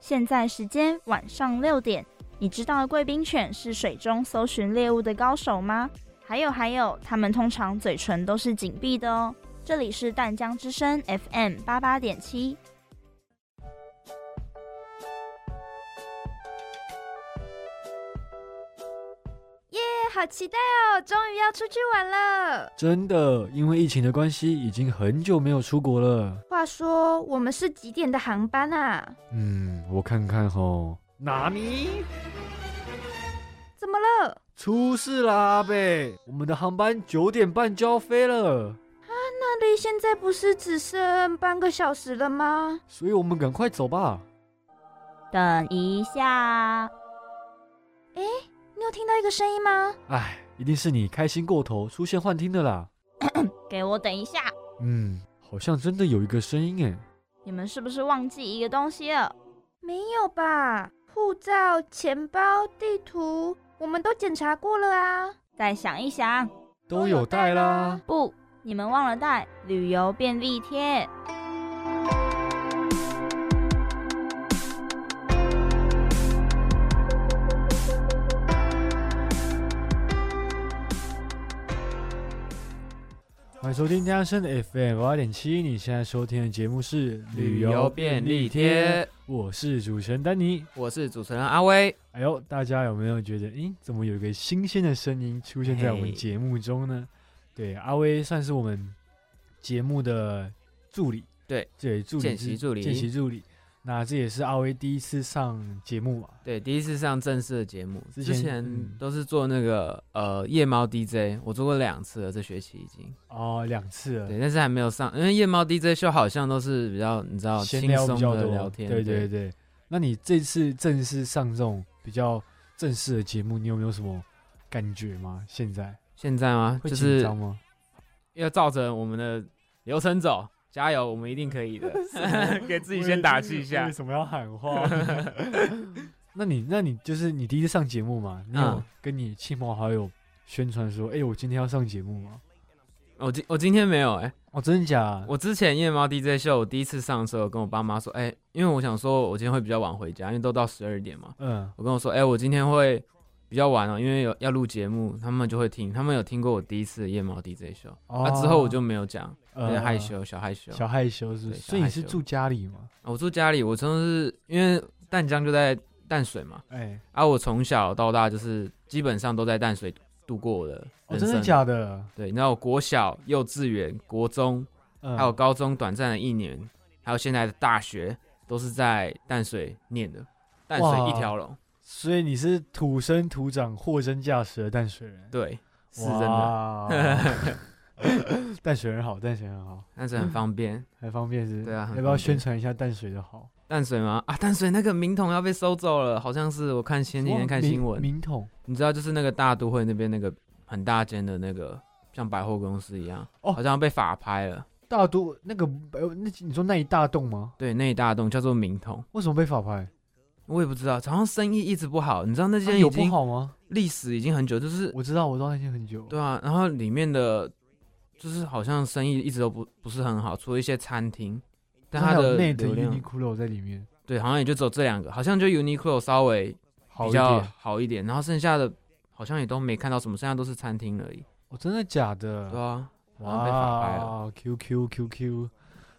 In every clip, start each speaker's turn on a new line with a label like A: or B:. A: 现在时间晚上六点。你知道贵宾犬是水中搜寻猎物的高手吗？还有还有，它们通常嘴唇都是紧闭的哦。这里是淡江之声 FM 八八点七。
B: 耶、好期待哦！终于要出去玩了。
C: 真的，因为疫情的关系，已经很久没有出国了。
B: 话说，我们是几点的航班啊？
C: 嗯，我看看吼，纳米
B: 怎么了？
C: 出事啦，阿贝，我们的航班九点半就要飞了，
B: 那离现在不是只剩半个小时了吗？
C: 所以我们赶快走吧。
A: 等一下，
B: 你有听到一个声音吗？
C: 哎，一定是你开心过头，出现幻听的啦。
A: 给我等一下！
C: 嗯，好像真的有一个声音哎。
A: 你们是不是忘记一个东西了？
B: 没有吧？护照、钱包、地图，我们都检查过了啊。
A: 再想一想。
C: 都有带啦。
A: 不，你们忘了带旅游便利贴。
C: 欢迎收听江生的 FM 八点七，你现在收听的节目是
D: 旅游便利贴，，
C: 我是主持人丹尼。
D: 我是主持人阿威。
C: 哎呦，大家有没有觉得，咦，怎么有一个新鲜的声音出现在我们
D: 嘿
C: 节目中呢？对，阿威算是我们节目的助理，
D: 对
C: 对，助理
D: 见习
C: 之
D: 助理
C: 见习助理。那这也是阿威第一次上节目嘛？
D: 对，第一次上正式的节目，
C: 之
D: 之
C: 前
D: 前
C: 嗯
D: 都是做那个呃夜猫 DJ，我做过两次了，这学期已经
C: 哦，两次了，
D: 对，但是还没有上，因为夜猫 DJ 秀好像都是比较你知道
C: 闲
D: 哦轻
C: 聊比
D: 松
C: 较
D: 的
C: 多，
D: 聊天，
C: 对对对。那你这次正式上这种比较正式的节目，你有没有什么感觉吗？现在
D: 现在吗？
C: 会
D: 就
C: 紧
D: 是
C: 张吗？
D: 要照着我们的流程走，加油，我们一定可以 的，
C: 啊
D: 给自己先打气一下
C: 为。什么要喊 话？那你那你就是你第一次上节目嘛？你有
D: 嗯
C: 跟你亲朋好友宣传说，哎、我今天要上节目吗？
D: 我今我今天没有哎、
C: 哦，真的假的？
D: 我之前夜猫 DJ 秀，我第一次上的时候，我跟我爸妈说，哎、因为我想说我今天会比较晚回家，因为都到十二点嘛。
C: 嗯，
D: 我跟我说，哎、我今天会比较晚哦，因为有要录节目，他们就会听，他们有听过我第一次的夜猫 DJ 秀，
C: 哦
D: 那、啊之后我就没有讲，有
C: 呃
D: 点害，羞，小害羞。
C: 小害羞是不
D: 对
C: 是？
D: 小
C: 所以你是
D: 害羞
C: 住家里吗？
D: 我住家里，我真的是因为淡江就在淡水嘛，
C: 哎、
D: 啊，我从小到大就是基本上都在淡水度过我的
C: 哦，
D: 人
C: 真
D: 生。
C: 的假的？
D: 对，然后我国小、幼稚园、国中，
C: 嗯，
D: 还有高中短暂的一年，还有现在的大学，都是在淡水念的，淡水一条龙，
C: 所以你是土生土长、货真价实的淡水人，
D: 对，是真的，
C: 的。 淡水人好，淡水人好，
D: 淡水很方便。
C: 很方便是？
D: 对啊很
C: 要不要
D: 方便
C: 宣传一下淡水的好？
D: 淡水吗？啊，淡水那个明桶要被收走了，好像是我看前几
C: 哇
D: 天看
C: 明
D: 新闻，
C: 哦明统
D: 你知道就是那个大都会那边那个很大间的那个像百货公司一样，
C: 哦
D: 好像被法拍了。
C: 大都那个呃，那你说那一大栋吗？
D: 对，那一大栋叫做明桶，
C: 为什么被法拍？
D: 我也不知道，好像生意一直不好。你知道那
C: 那
D: 间
C: 啊有
D: 已
C: 不
D: 经
C: 好吗？
D: 历史已经很久，就是
C: 我知道，我知道那些很久。
D: 对啊，然后里面的就是好像生意一直都不不是很好，除了一些餐厅，但
C: 它
D: 它的
C: 内的
D: 流量
C: Uniqlo 在里面，
D: 对，好像也就只有这两个，好像就 Uniqlo 稍微
C: 好
D: 比
C: 一
D: 较
C: 点。
D: 好一点，然后剩下的好像也都没看到什么，剩下都是餐厅而已。
C: 哦，真的假的？
D: 对啊，然后被法拍了。
C: 哇，QQ QQ，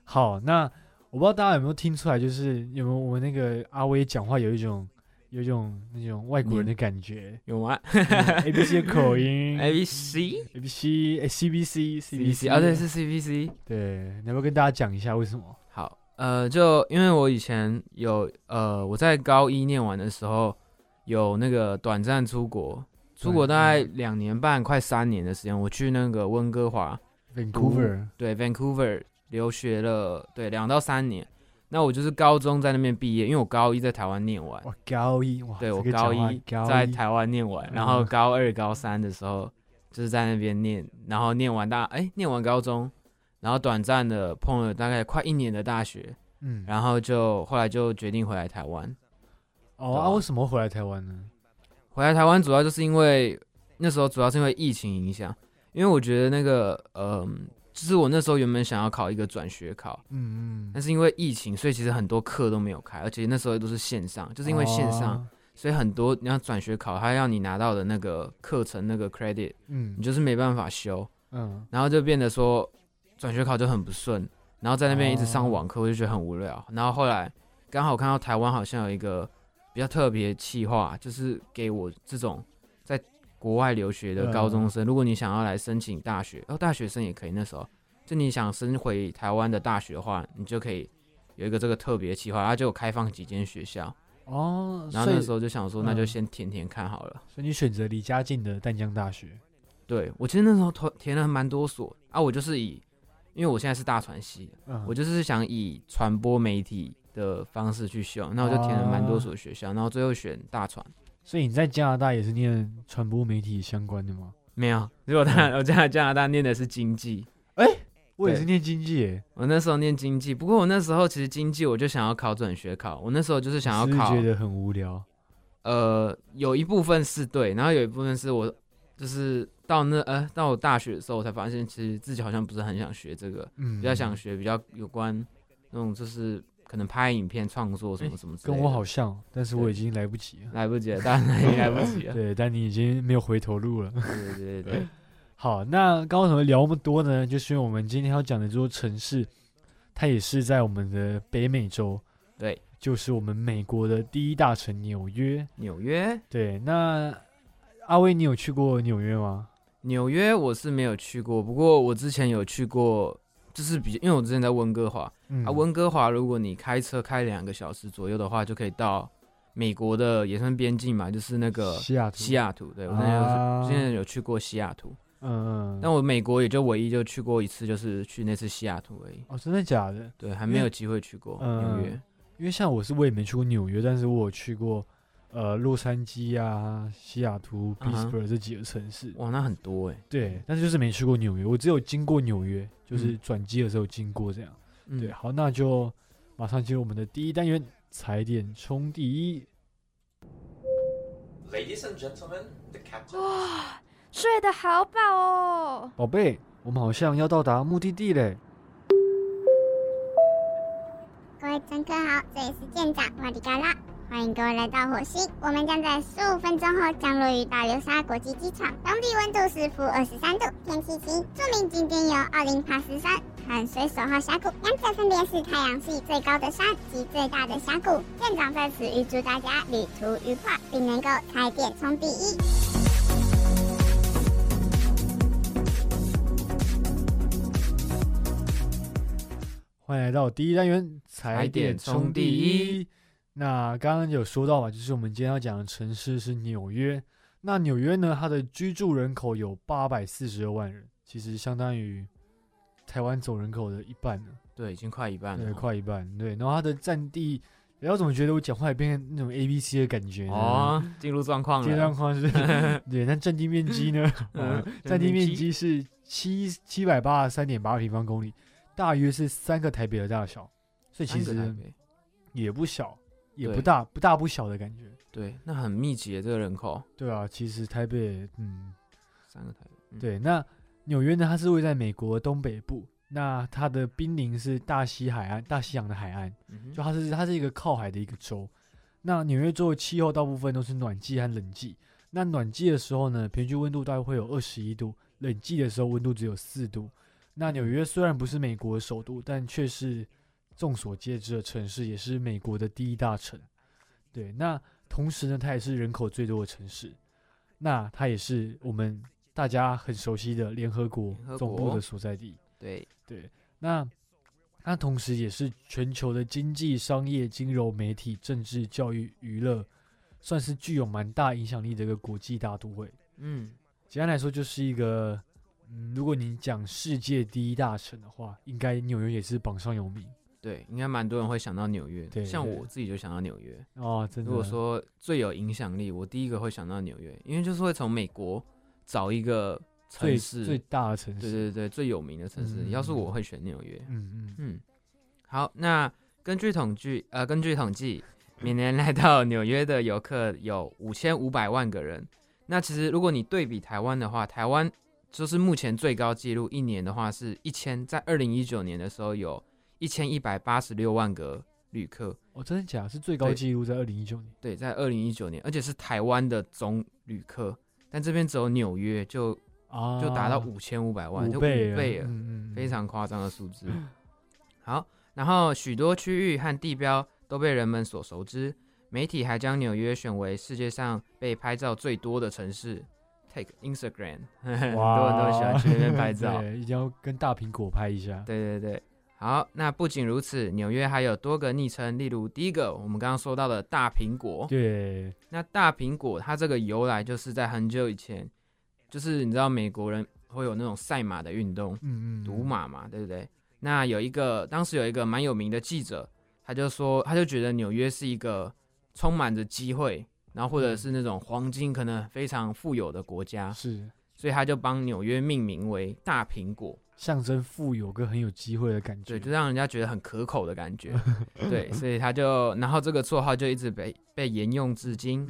C: 好，那我不知道大家有没有听出来，就是有没有我们那个阿威讲话有一种有一种那种外国人的感 觉
D: 有吗
C: ，A B C 的口音
D: ？A B C
C: A B C 哎 C B C C
D: C B C 啊，对，是 C B C。
C: 对，你要不要跟大家讲一下为什么？
D: 好，呃，就因为我以前有呃，我在高一念完的时候有那个短暂出国，出国大概两年半快三年的时间，我去那个温哥华，
C: Vancouver
D: 对 Vancouver 留学了，对两到三年。那我就是高中在那边毕业，因为我高一在台湾念完，
C: 哇，高一哇，
D: 对
C: 这
D: 我
C: 个
D: 高
C: 讲话
D: 一
C: 高
D: 在
C: 一嗯
D: 台湾念完，然后高二、高三的时候就是在那边念，然后念完大哎、念完高中，然后短暂的碰了大概快一年的大学，
C: 嗯，
D: 然后就后来就决定回来台湾。
C: 哦啊，为什么会回来台湾呢？
D: 回来台湾主要就是因为那时候主要是因为疫情影响，因为我觉得那个嗯、就是我那时候原本想要考一个转学考，
C: 嗯
D: 但是因为疫情，所以其实很多课都没有开，而且那时候都是线上，就是因为线上，
C: 哦
D: 所以很多你要转学考，他要你拿到的那个课程那个 credit，你
C: 嗯
D: 就是没办法修，
C: 嗯，
D: 然后就变得说转学考就很不顺，然后在那边一直上网课，我就觉得很无聊。然后后来刚好看到台湾好像有一个比较特别的企划，就是给我这种在国外留学的高中生，如果你想要来申请大学，哦，大学生也可以，那时候就你想申回台湾的大学的话，你就可以。有一个这个特别企划，它就有开放几间学校，
C: 哦，
D: 然
C: 所
D: 后
C: 以
D: 那时候就想说，那就
C: 嗯
D: 先填填看好了。
C: 所以你选择离家近的淡江大学，
D: 对我其实那时候投填了蛮多所啊，我就是以，因为我现在是大传系的，
C: 嗯，
D: 我就是想以传播媒体的方式去修，那我就填了
C: 哦
D: 蛮多所学校，然后最后选大传。
C: 所以你在加拿大也是念传播媒体相关的吗？
D: 没有，如果
C: 嗯
D: 他我在加拿大念的是经济，
C: 我也是念经济耶，
D: 我那时候念经济，不过我那时候其实经济我就想要考转学考，我那时候就是想要
C: 只是
D: 考，
C: 觉得很无聊，
D: 呃，有一部分是对，然后有一部分是我就是到那呃到我大学的时候，我才发现其实自己好像不是很想学这个，
C: 嗯，
D: 比较想学比较有关那种就是可能拍影片创作什么什么之类
C: 跟
D: 的。
C: 我好像，但是我
D: 对
C: 已经来不及了。
D: 来不及了，当然也来不及了。
C: 对，但你已经没有回头路了。
D: 对对对对，
C: 好，那刚刚为什么聊那么多呢？就是因为我们今天要讲的这座城市，它也是在我们的北美洲，
D: 对，
C: 就是我们美国的第一大城纽约。
D: 纽约，
C: 对，那阿威，你有去过纽约吗？
D: 纽约我是没有去过，不过我之前有去过，就是比因为我之前在温哥华、
C: 嗯
D: 啊，温哥华如果你开车开两个小时左右的话，就可以到美国的也算边境嘛，就是那个
C: 西雅图，
D: 西雅图。对我之前有、
C: 啊，
D: 之前有去过西雅图，
C: 嗯，嗯
D: 但我美国也就唯一就去过一次，就是去那次西雅图而已。
C: 哦，真的假的？
D: 对，还没有机会去过
C: 嗯
D: 纽约。
C: 因为像我是我也没去过纽约，但是我有去过呃洛杉矶啊、西雅图、
D: 嗯哼
C: Pittsburgh 这几个城市。
D: 哇，那很多哎、
C: 对，但是就是没去过纽约，我只有经过纽约，就是
D: 嗯
C: 转机的时候经过这样。
D: 嗯
C: 对，啊好，那就马上进入我们的第一单元踩点冲第一。
E: Ladies and gentlemen, the captain.
B: 哇，睡得好饱哦！
C: 宝贝，我们好像要到达目的地嘞。
F: 各位乘客好，这里是舰长瓦迪嘎拉，欢迎各位来到火星。我们将在十五分钟后降落于大流沙国际机场，当地温度是负二十三度，天气晴。著名景点有奥林帕斯山和水手号峡谷，两者分别是太阳系最高的山及最大的峡谷。舰长在此预祝大家旅途愉快，并能够踩点冲第一。
C: 欢迎来到第一单元踩
D: 踩
C: 点
D: 点冲
C: 冲第
D: 第
C: 一。那刚刚有说到嘛，就是我们今天要讲的城市是纽约。那纽约呢，它的居住人口有八百四十二万人，其实相当于台湾总人口的一半了，
D: 对，已经快一半了
C: 对，
D: 哦。
C: 快一半。对，然后它的占地，哎我怎么觉得我讲话也变成那种 A B C 的感觉呢？
D: 哦，进入状况
C: 第段
D: 了。
C: 框 是，对，那占地面积呢？哦
D: 嗯
C: 占地
D: 面
C: 面
D: 积
C: 积是七七百八十三点八平方公里，大约是三个台北的大小，所以其
D: 三个
C: 实
D: 台北
C: 也不小，也不
D: 对
C: 大，不大不小的感觉。
D: 对，那很密集的这个人口，
C: 对啊，其实台北，嗯，
D: 三个台北。嗯，
C: 对。那纽约呢？它是位在美国东北部，那它的濒临是大西海岸、大西洋的海岸，
D: 嗯
C: 就
D: 哼
C: 它是它是一个靠海的一个州。那纽约州的气候大部分都是暖季和冷季。那暖季的时候呢，平均温度大概会有二十一度；冷季的时候温度只有四度。那纽约虽然不是美国的首都，但却是众所皆知的城市，也是美国的第一大城。对，那同时呢，它也是人口最多的城市。那它也是我们大家很熟悉的联合国
D: 联合
C: 总部
D: 国
C: 的所在地。
D: 对，
C: 对，那它同时也是全球的经济、商业、金融、媒体、政治、教育、娱乐，算是具有蛮大影响力的一个国际大都会。
D: 嗯，
C: 简单来说，就是一个，嗯，如果你讲世界第一大城的话，应该纽约也是榜上有名
D: 对，应该蛮多人会想到纽约的。
C: 对
D: 像
C: 对
D: 我自己就想到纽约。
C: 哦。真的，
D: 如果说最有影响力，我第一个会想到纽约，因为就是会从美国找一个
C: 最
D: 城市，
C: 最大的城市，
D: 对对对，最有名的城市。
C: 嗯
D: 要是我会选纽约。
C: 嗯嗯，
D: 嗯，好，那根据统计，呃，根据统计，每年来到纽约的游客有五千五百万个人。那其实如果你对比台湾的话，台湾就是目前最高纪录一年的话是一千，在二零一九年的时候有一千一百八十六万个旅客，
C: 哦，真的假的？是最高
D: 对
C: 纪录在二零一九年，
D: 对，在二零一九年，而且是台湾的总旅客，但这边只有纽约就
C: 啊，
D: 就达到五千五百万，就
C: 五
D: 五
C: 倍了，
D: 倍了，
C: 嗯嗯，嗯嗯
D: 非常夸张的数字。好，然后许多区域和地标都被人们所熟知，媒体还将纽约选为世界上被拍照最多的城市。Take Instagram，很
C: 哇
D: 多人都喜欢去那边 拍照。
C: 对一定要跟大苹果拍一下。
D: 对对对，好，那不仅如此，纽约还有多个昵称，例如第一个我们刚刚说到的大苹果。
C: 对，
D: 那大苹果它这个由来就是在很久以前，就是你知道美国人会有那种赛马的运动，
C: 嗯嗯，
D: 赌马嘛，对不对？那有一个当时有一个蛮有名的记者，他就说他就觉得纽约是一个充满着机会，然后或者是那种黄金可能非常富有的国家，
C: 是
D: 所以他就帮纽约命名为大苹果。
C: 象征富有跟很有机会的感觉。
D: 对，就让人家觉得很可口的感觉。对，所以他就，然后这个绰号就一直被被沿用至今。
C: 嗯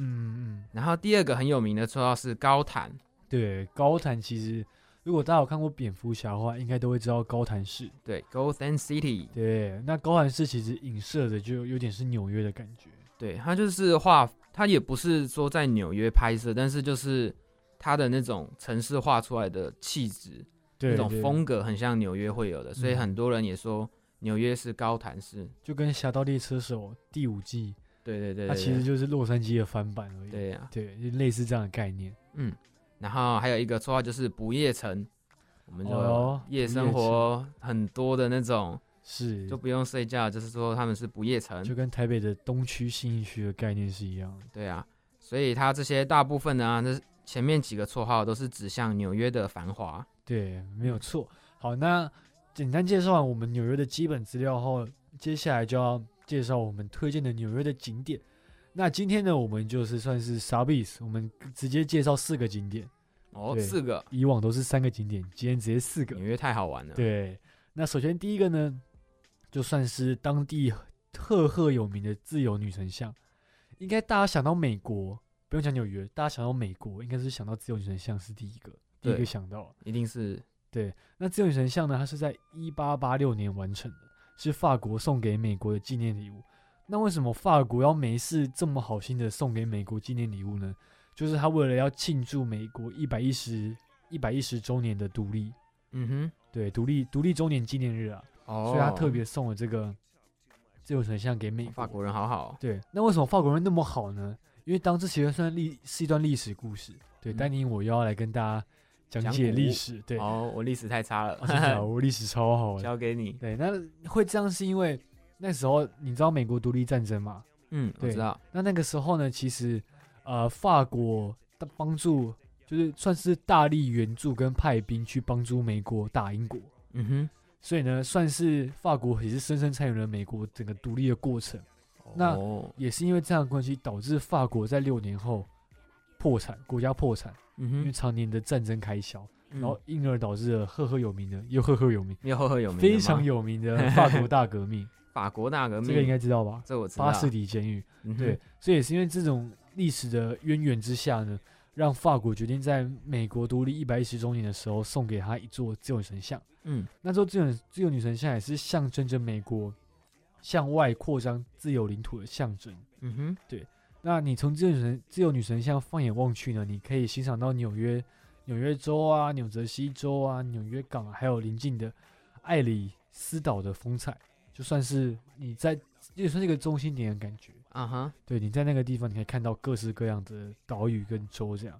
C: 嗯，
D: 然后第二个很有名的绰号是高坦，
C: 对，高谭其实如果大家有看过蝙蝠侠的话，应该都会知道高谭市。
D: 对，Gotham City，
C: 对，那高谭市其实影射的就有点是纽约的感觉。
D: 对，它就是画，它也不是说在纽约拍摄，但是就是它的那种城市画出来的气质，
C: 对，
D: 那种
C: 对
D: 风格很像纽约会有的，所以
C: 嗯
D: 很多人也说纽约是高谭市。
C: 就跟《侠盗猎车手》第五季，
D: 对对对
C: 它
D: 对
C: 其实
D: 对，
C: 就是洛杉矶的翻版而已。
D: 对呀、
C: 对，就类似这样的概念。
D: 嗯，然后还有一个绰号就是不夜城，我们就
C: 哦
D: 夜
C: 不
D: 生
C: 夜
D: 活很多的那种，
C: 是，
D: 就不用睡觉，就是说他们是不夜城
C: 就，跟台北的东区、新一区的概念是一样的。
D: 对啊，所以它这些大部分呢，这前面几个绰号都是指向纽约的繁华，
C: 对，没有错。好，那简单介绍完我们纽约的基本资料后，接下来就要介绍我们推荐的纽约的景点。那今天呢，我们就是算是 s u b i s 我们直接介绍四个景点，
D: 哦，
C: 对
D: 四个，
C: 以往都是三个景点，今天直接四个
D: 纽。约太好玩了，
C: 对，那首先第一个呢，就算是当地赫赫有名的自由女神像。应该大家想到美国，不用讲纽约，大家想到美国，应该是想到自由女神像是第一个，第一
D: 对
C: 个想到。
D: 一定是
C: 那自由女神像呢，它是在一八八六年完成的，是法国送给美国的纪念礼物。那为什么法国要没事这么好心的送给美国纪念礼物呢？就是他为了要庆祝美国一百一十一百一十周年的独立，
D: 嗯
C: 对，独立独立周年纪念日啊，
D: 哼，哦，
C: 所以他特别送了这个自由女神像给美
D: 法
C: 国。
D: 国人好好，
C: 对，那为什么法国人那么好呢？因为当这其实算历是一段历史故事。对，
D: 嗯
C: 丹尼我又要来跟大家讲
D: 讲
C: 解
D: 古
C: 历史。对，
D: 哦，我历史太差
C: 啊真的啊
D: 了，
C: 我历史超好玩。
D: 交给你，
C: 对，那会这样是因为那时候你知道美国独立战争嘛？
D: 嗯，我
C: 对
D: 知道，
C: 那那个时候呢，其实呃，法国的帮助就是算是大力援助跟派兵去帮助美国打英国，
D: 嗯
C: 所以呢，算是法国也是深深参与了美国整个独立的过程。
D: 哼，
C: 那
D: 哦
C: 也是因为这样的关系，导致法国在六年后破产，国家破产，因为哦
D: 嗯
C: 常年的战争开销，
D: 哼，
C: 然后因而导致了赫赫有名的又赫赫有名、
D: 你有赫赫有名的吗，
C: 非常有名的法国大革 命，
D: 法国大革命，
C: 这个应该知道吧？
D: 这我知道，
C: 巴士底监狱。
D: 嗯哼
C: 对，，所以也是因为这种历史的渊源之下呢，让法国决定在美国独立一百一十周年的时候送给他一座自由女神像。
D: 嗯，
C: 那座自由自由女神像也是象征着美国向外扩张自由领土的象征。
D: 嗯哼，
C: 那你从自由女神自由女神像放眼望去呢，你可以欣赏到纽约、纽约州啊、纽泽西州啊、纽约港，还有邻近的爱里斯岛的风采，就算是你在也算是一个中心点的感觉。
D: 啊哈，
C: 对，你在那个地方你可以看到各式各样的岛屿跟州这样。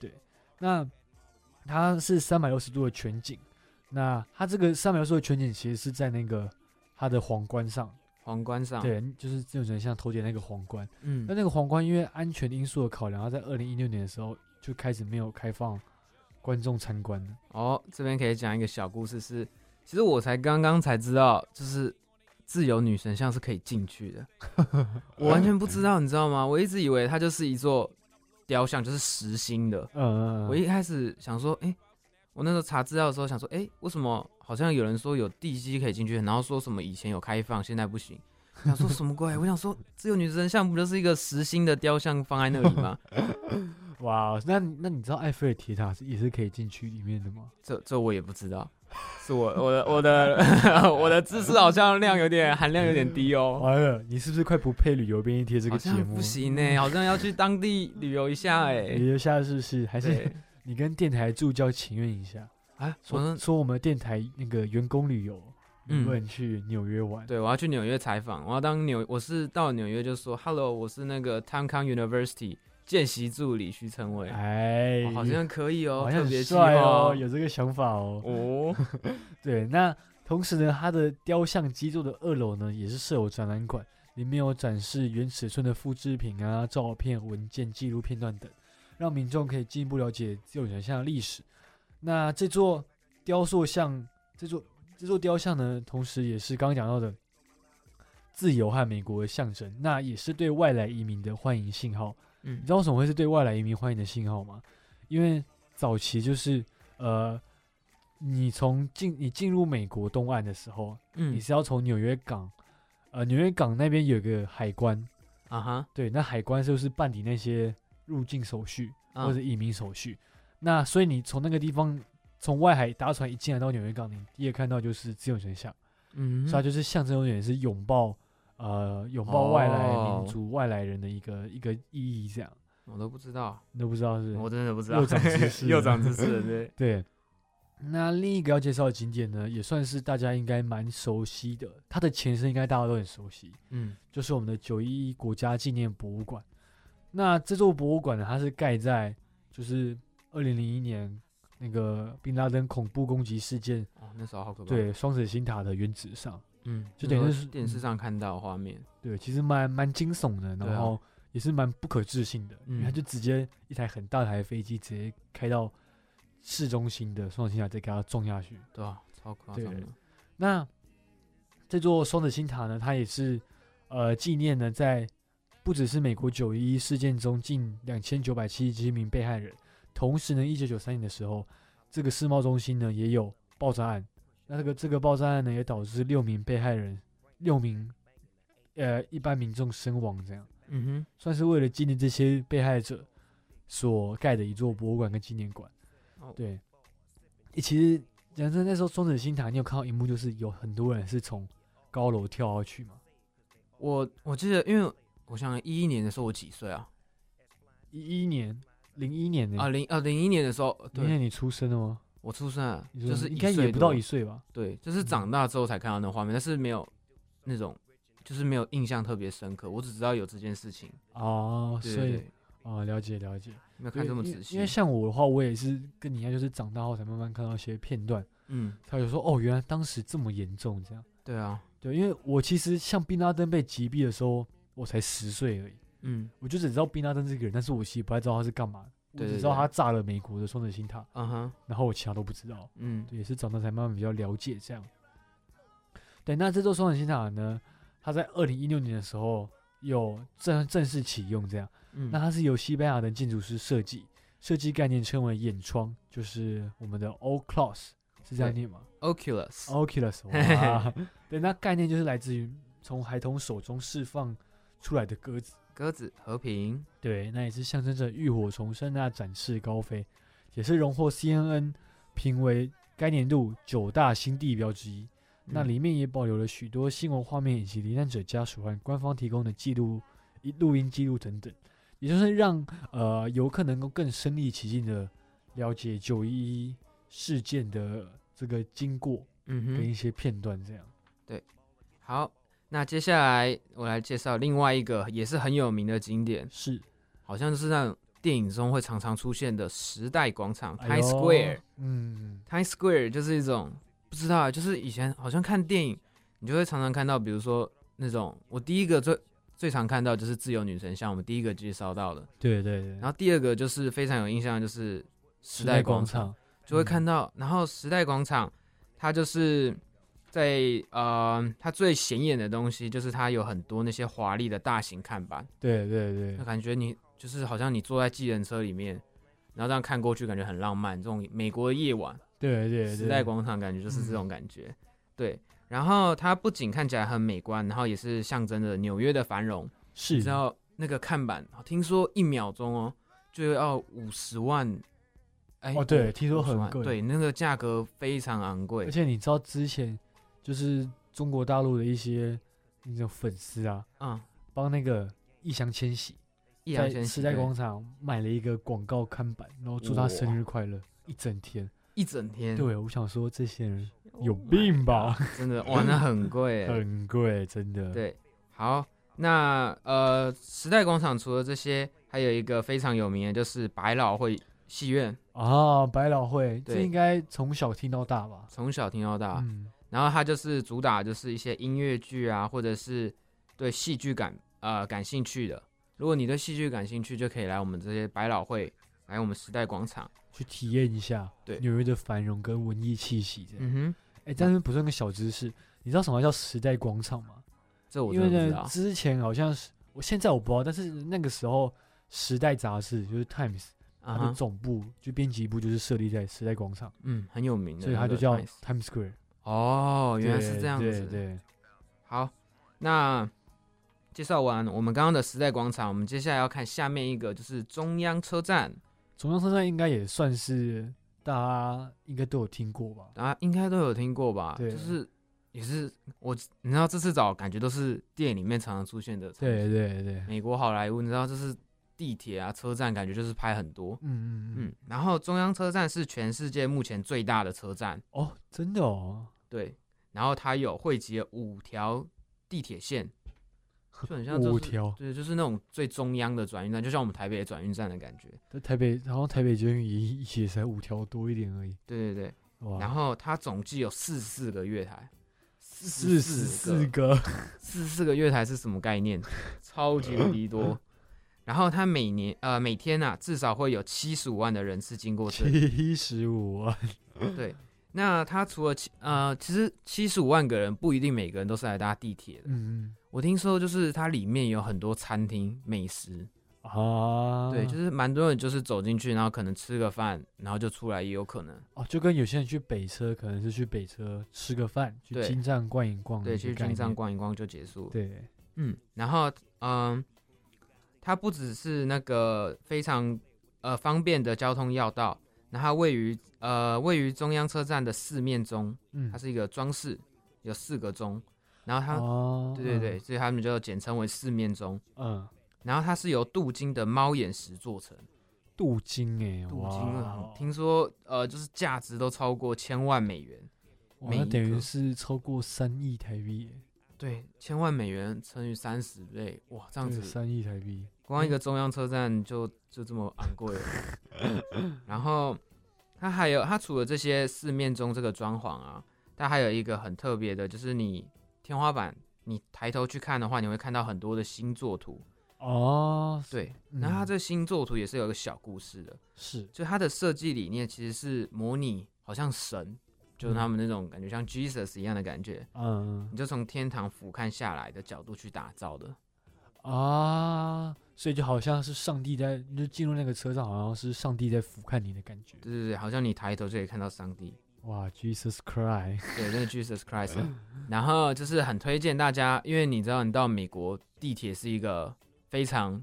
C: 对，那它是三百六十度的全景，那它这个三百六十度的全景其实是在那个它的皇冠上，
D: 皇冠上，，
C: 对，就是自由神像头顶那个皇冠。
D: 啊嗯
C: 那，那个皇冠因为安全因素的考量，它在二零一六年的时候就开始没有开放观众参观了。
D: 哦，这边可以讲一个小故事是，其实我才刚刚才知道，就是自由女神像是可以进去的，我完全不知道，你知道吗？我一直以为它就是一座雕像，就是实心的。
C: 嗯嗯，
D: 我一开始想说，哎、我那时候查资料的时候想说，哎、为什么好像有人说有地基可以进去，然后说什么以前有开放，现在不行。想说什么鬼？我想说，自由女神像不就是一个实心的雕像放在那里吗？
C: 哇，哦那你那你知道埃菲尔铁塔是也是可以进去里面的吗？
D: 这这我也不知道，是我我的我的 我的知识好像量有点含量有点低哦，
C: 完了，你是不是快不配旅游编译贴这
D: 好
C: 个节
D: 像
C: 目？
D: 不行呢，好像要去当地旅游一下 哎
C: 你。留下是不是？还是
D: 对
C: 你跟电台助教请愿一下，
D: 啊，我
C: 说
D: 说
C: 说我们电台那个员工旅游，能不能去纽约玩？
D: 对，我要去纽约采访，我要当纽，我是到纽约就说 “Hello，我是那个 t o m c o n University 见习助理徐成伟”，
C: 哎
D: 哦，好像可以哦，
C: 好像
D: 特别
C: 很
D: 计
C: 帅
D: 划
C: 哦，有这个想法哦。
D: 哦，
C: 对，那同时呢，它的雕像基座的二楼呢，也是设有展览馆，里面有展示原尺寸的复制品啊、照片、文件、记录片段等，让民众可以进一步了解自由女神像的历史。那这座雕塑像，这座这座雕像呢，同时也是刚刚讲到的自由和美国的象征，那也是对外来移民的欢迎信号。
D: 嗯
C: 你知道为什么会是对外来移民欢迎的信号吗？因为早期就是呃，你从进你进入美国东岸的时候，你
D: 嗯
C: 是要从纽约港，呃，纽约港那边有个海关，
D: 啊哈，
C: 对，那海关就是办理那些入境手续
D: 啊
C: 或者移民手续。那所以你从那个地方从外海搭船一进来到纽约港，你第一个看到就是自由神像，
D: 嗯
C: 所以它就是象征有点是拥抱。呃，拥抱外来
D: 哦
C: 民族、外来人的一个一个意义，这样
D: 我都不知道，
C: 你都不知道是不是
D: 我真的不知道，
C: 又长知识了
D: 又长知识了， 对，
C: 对，那另一个要介绍的景点呢，也算是大家应该蛮熟悉的，它的前身应该大家都很熟悉，
D: 嗯
C: 就是我们的九一一国家纪念博物馆。那这座博物馆呢，它是盖在就是二零零一年那个宾拉登恐怖攻击事件
D: 哦，那时候好可怕，，
C: 对双子星塔的原址上。
D: 嗯，
C: 就等于
D: 那时候
C: 是
D: 电视上看到的画面，
C: 对，其实蛮蛮惊悚的，
D: 对啊
C: 然后也是蛮不可置信的，因为它
D: 嗯
C: 就直接一台很大台的飞机直接开到市中心的双子星塔，再给它撞下去。
D: 对啊，超夸张
C: 对
D: 的，
C: 那这座双子星塔呢，它也是呃纪念呢，在不只是美国九一一事件中近两千九百七十七名被害人，同时呢，一九九三年的时候，这个世贸中心呢也有爆炸案，那这个这个爆炸案呢也导致六名被害人，六名呃一般民众身亡，这样
D: 嗯
C: 算是为了纪念这些被害者所盖的一座博物馆跟纪念馆。
D: 哼，哦，
C: 对，欸其实讲真，那时候双子星塔，你有看到一幕，就是有很多人是从高楼跳下去嘛。
D: 我我记得，因为我想一一年的时候我几岁啊？
C: 一一年、零一年的
D: 啊，零啊零一年的时候，
C: 零一年
D: 对，
C: 你出生了吗？
D: 我出生啊，
C: 你出
D: 就
C: 生
D: 是
C: 应
D: 一
C: 该
D: 岁
C: 也不到
D: 多
C: 一嗯岁吧？
D: 对，就是长大之后才看到那画面，但是没有那种，就是没有印象特别深刻。我只知道有这件事情，
C: 哦，
D: 对
C: 所
D: 对
C: 以
D: 对，
C: 啊、了解了解。因
D: 没有
C: 为
D: 看这么
C: 因为
D: 仔细
C: 因为。像我的话，我也是跟你一样，就是长大后才慢慢看到一些片段，
D: 嗯，
C: 才有说哦，原来当时这么严重这样。
D: 对啊，
C: 对，因为我其实像宾拉登被击毙的时候，我才十岁而已。
D: 嗯
C: 我就只知道宾拉登这个人，但是我其实不太知道他是干嘛的。我
D: 对
C: 只
D: 对
C: 知道
D: 对
C: 他炸了美国的双子星塔，
D: 嗯哼，
C: 然后我其他都不知道。
D: 嗯
C: 对，也是长大才慢慢比较了解这样。对，那这座双子星塔呢，它在二零一六年的时候有正正式启用，这样。
D: 嗯，
C: 那它是由西班牙的建筑师设计，设计概念称为眼窗，就是我们的 O Class 是这样
D: 对
C: 念吗
D: Oculus，
C: ？Oculus，哇 对，那概念就是来自于从孩童手中释放出来的鸽子。
D: 鸽子和平，
C: 对，那也是象征着浴火重生啊，展翅高飞，也是荣获 CNN 评为该年度九大新地标之一。那
D: 嗯
C: 里面也保留了许多新闻画面以及罹难者家属和官方提供的记录、一录音记录等等，也就是让呃游客能够更身临其境的了解九一一事件的这个经过
D: 嗯
C: 跟
D: 哼，
C: 一些片段这样。
D: 好。那接下来我来介绍另外一个也是很有名的景点，
C: 是
D: 好像就是那种电影中会常常出现的时代广场
C: 哎
D: Times
C: 呦
D: Square。
C: 嗯，
D: Times Square 就是一种不知道啊，就是以前好像看电影，你就会常常看到，比如说那种我第一个最最常看到就是自由女神像，我们第一个介绍到的，
C: 对对对。
D: 然后第二个就是非常有印象的就是时
C: 时
D: 代
C: 代
D: 广
C: 广
D: 场，
C: 场，
D: 就会
C: 嗯
D: 看到，然后时代广场它就是。在呃，它最显眼的东西就是它有很多那些华丽的大型看板，
C: 对对对
D: 那，感觉你就是好像你坐在计程车里面，然后这样看过去，感觉很浪漫。这种美国的夜晚，
C: 对对对，嗯
D: 时代广场感觉就是这种感觉。对，然后它不仅看起来很美观，然后也是象征着纽约的繁荣。
C: 是
D: 你知道那个看板，听说一秒钟哦，就要五十万。哎
C: 哦对听说很
D: 50万
C: 贵
D: 对，那个价格非常昂贵
C: 而。且你知道之前就是中国大陆的一些那种粉丝啊，
D: 嗯，
C: 帮那个易烊千玺
D: 易烊
C: 在
D: 千玺
C: 时代
D: 对
C: 广场买了一个广告看板，然后祝他生日快乐一整天。
D: 一整天，
C: 对，我想说这些人有病吧，
D: 真的哇，那很 贵。
C: 很贵，真的。，
D: 对，好，那呃，时代广场除了这些，还有一个非常有名的就是百老汇戏院，
C: 啊，百老汇这
D: 对
C: 应该从小听到大吧？
D: 从小听到大。
C: 嗯，
D: 然后它就是主打就是一些音乐剧啊，或者是对戏剧感呃感兴趣的。如果你对戏剧感兴趣，就可以来我们这些百老汇，来我们时代广场。
C: 去体验一下
D: 对
C: 纽约的繁荣跟文艺气息。这样，
D: 嗯哼，
C: 哎，但是补充个小知识，你知道什么叫时代广场吗？
D: 这哦我
C: 因
D: 真的
C: 为
D: 不知
C: 呢，
D: 道。啊
C: 之前好像是我现在我不知道，但是那个时候《时代》杂志就是 Times，
D: 啊
C: 它的
D: 哈，
C: 总部、就编辑部就是设立在时代广场，
D: 嗯，很有名的那个 Times，
C: 所以它就叫 Times Square。
D: 哦，原来是这样子。
C: 对对对，
D: 好，那介绍完我们刚刚的时代广场，我们接下来要看下面一个，就是中央车站
C: 中央车站应该也算是大家应该都有听过吧？
D: 啊，应该都有听过吧？
C: 对
D: 就是也是我，你知道这次找感觉都是电影里面常常出现的场景，
C: 对对对，
D: 美国好莱坞，你知道这是地铁啊车站，感觉就是拍很多。
C: 嗯嗯嗯，
D: 嗯，然后中央车站是全世界目前最大的车站，
C: 哦，真的哦，
D: 对，然后它有汇集了五条地铁线，就很像、就是、
C: 五条，
D: 对，就是那种最中央的转运站，就像我们台北的转运站的感觉。
C: 在台北，然后台北捷运也也才五条多一点而已，
D: 对对对，
C: 哇，
D: 然后它总计有四十四个月台，
C: 四十四个，
D: 四十四个月台是什么概念？超级无敌多。然后它每年呃每天啊，至少会有七十五万的人次经过这里。
C: 七十五啊，
D: 对，那它除了七呃，其实七十五万个人不一定每个人都是来搭地铁的。
C: 嗯
D: 我听说就是它里面有很多餐厅美食，
C: 嗯 啊，
D: 对，就是蛮多人就是走进去，然后可能吃个饭，然后就出来也有可能。
C: 哦，就跟有些人去北车，可能是去北车吃个饭，去
D: 对
C: 金站逛一逛，
D: 对，去金站，逛一逛就结束了。
C: 对，
D: 嗯，然后嗯，它不只是那个非常呃方便的交通要道，那它位于呃位于中央车站的四面钟，
C: 嗯
D: 它，是一个装饰，有四个钟，然后它、
C: 哦，
D: 对对对，所以他们就简称为四面钟。
C: 嗯，嗯，
D: 然后它是由镀金的猫眼石做成，
C: 镀金哎，
D: 镀
C: 哇
D: 金啊
C: 哦，
D: 听说呃就是价值都超过千万美元，
C: 哇
D: 每
C: 那
D: 一
C: 等
D: 个
C: 于是超过三亿台币欸耶，
D: 对，千万美元乘以三十倍，哇，这样
C: 对
D: 子
C: 三亿台币，
D: 光一个中央车站就就这么昂贵了。然后它还有它除了这些四面中这个装潢啊，它还有一个很特别的，就是你天花板你抬头去看的话，你会看到很多的星座图。
C: 哦，
D: 对，
C: 嗯
D: 然后它这星座图也是有一个小故事的，
C: 是，
D: 就它的设计理念其实是模拟好像神，就是他们那种感觉像 Jesus 一样的感觉。
C: 嗯
D: 你就从天堂俯瞰下来的角度去打造的，
C: 啊，所以就好像是上帝在，你就进入那个车上，好像是上帝在俯瞰你的感觉，
D: 对对对，好像你抬头就可以看到上帝。
C: 哇，Jesus Christ，
D: 对，真的 Jesus Christ 啊。然后就是很推荐大家，因为你知道，你到美国地铁是一个非常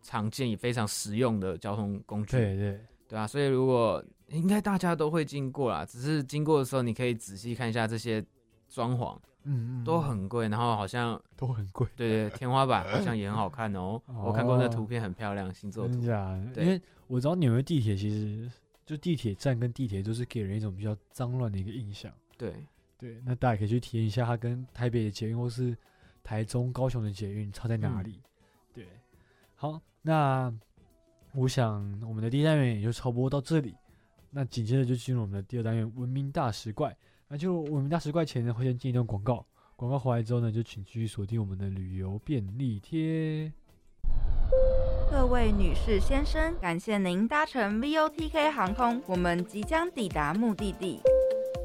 D: 常见也非常实用的交通工具，
C: 对对，
D: 对啊，所以如果应该大家都会经过啦，只是经过的时候你可以仔细看一下这些装潢
C: 嗯嗯，
D: 都
C: 嗯
D: 很贵，然后好像
C: 都很贵。
D: 对对，天花板好像也很好看哦，我看过那
C: 哦
D: 图片很漂亮，星座
C: 真
D: 图，
C: 假的？
D: 对
C: 因为我知道纽约地铁其实就地铁站跟地铁都是给人一种比较脏乱的一个印象。
D: 对，
C: 对，那大家可以去体验一下它跟台北的捷运或是台中、高雄的捷运差在哪
D: 嗯
C: 里。对，好，那我想我们的第一单元也就差不多到这里。那紧接着就进入我们的第二单元“文明大石怪”。那就文明大石怪前呢，会先进一段广告。广告回来之后呢，就请继续锁定我们的旅游便利贴。
G: 各位女士、先生，感谢您搭乘 VOTK 航空，我们即将抵达目的地。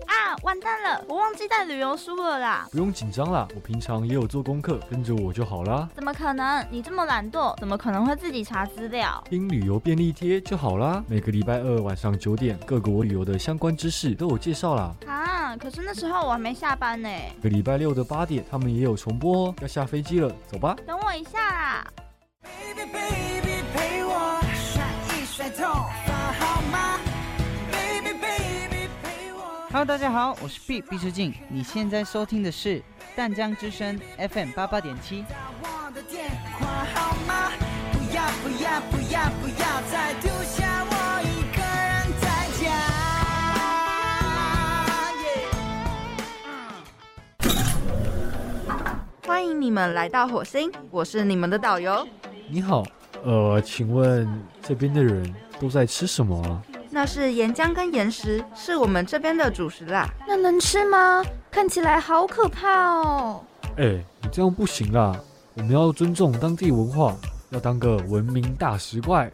A: 啊，完蛋了，我忘记带旅游书了啦！
C: 不用紧张啦，我平常也有做功课，跟着我就好啦。
A: 怎么可能？你这么懒惰，怎么可能会自己查资料？
C: 听旅游便利贴就好啦。每个礼拜二晚上九点，各国旅游的相关知识都有介绍啦。
A: 啊，可是那时候我还没下班呢。
C: 每个礼拜六的八点，他们也有重播哦。要下飞机了，走吧。
A: 等我一下啦。
H: Baby baby，陪我下一在痛，烦好吗？Baby baby 陪我。
I: Hello，大家好，我是毕毕志敬，你现在收听的是淡江之声 FM 八八点七。
H: 打我的电话号码，不要不要不要不要再丢下我一个人在家。Yeah
G: 欢迎你们来到火星，我是你们的导游。
C: 你好，呃，请问这边的人都在吃什么啊？
G: 那是岩浆跟岩石，是我们这边的主食啦。
B: 那能吃吗？看起来好可怕哦。
C: 哎、你这样不行啦，我们要尊重当地文化，要当个文明大食怪。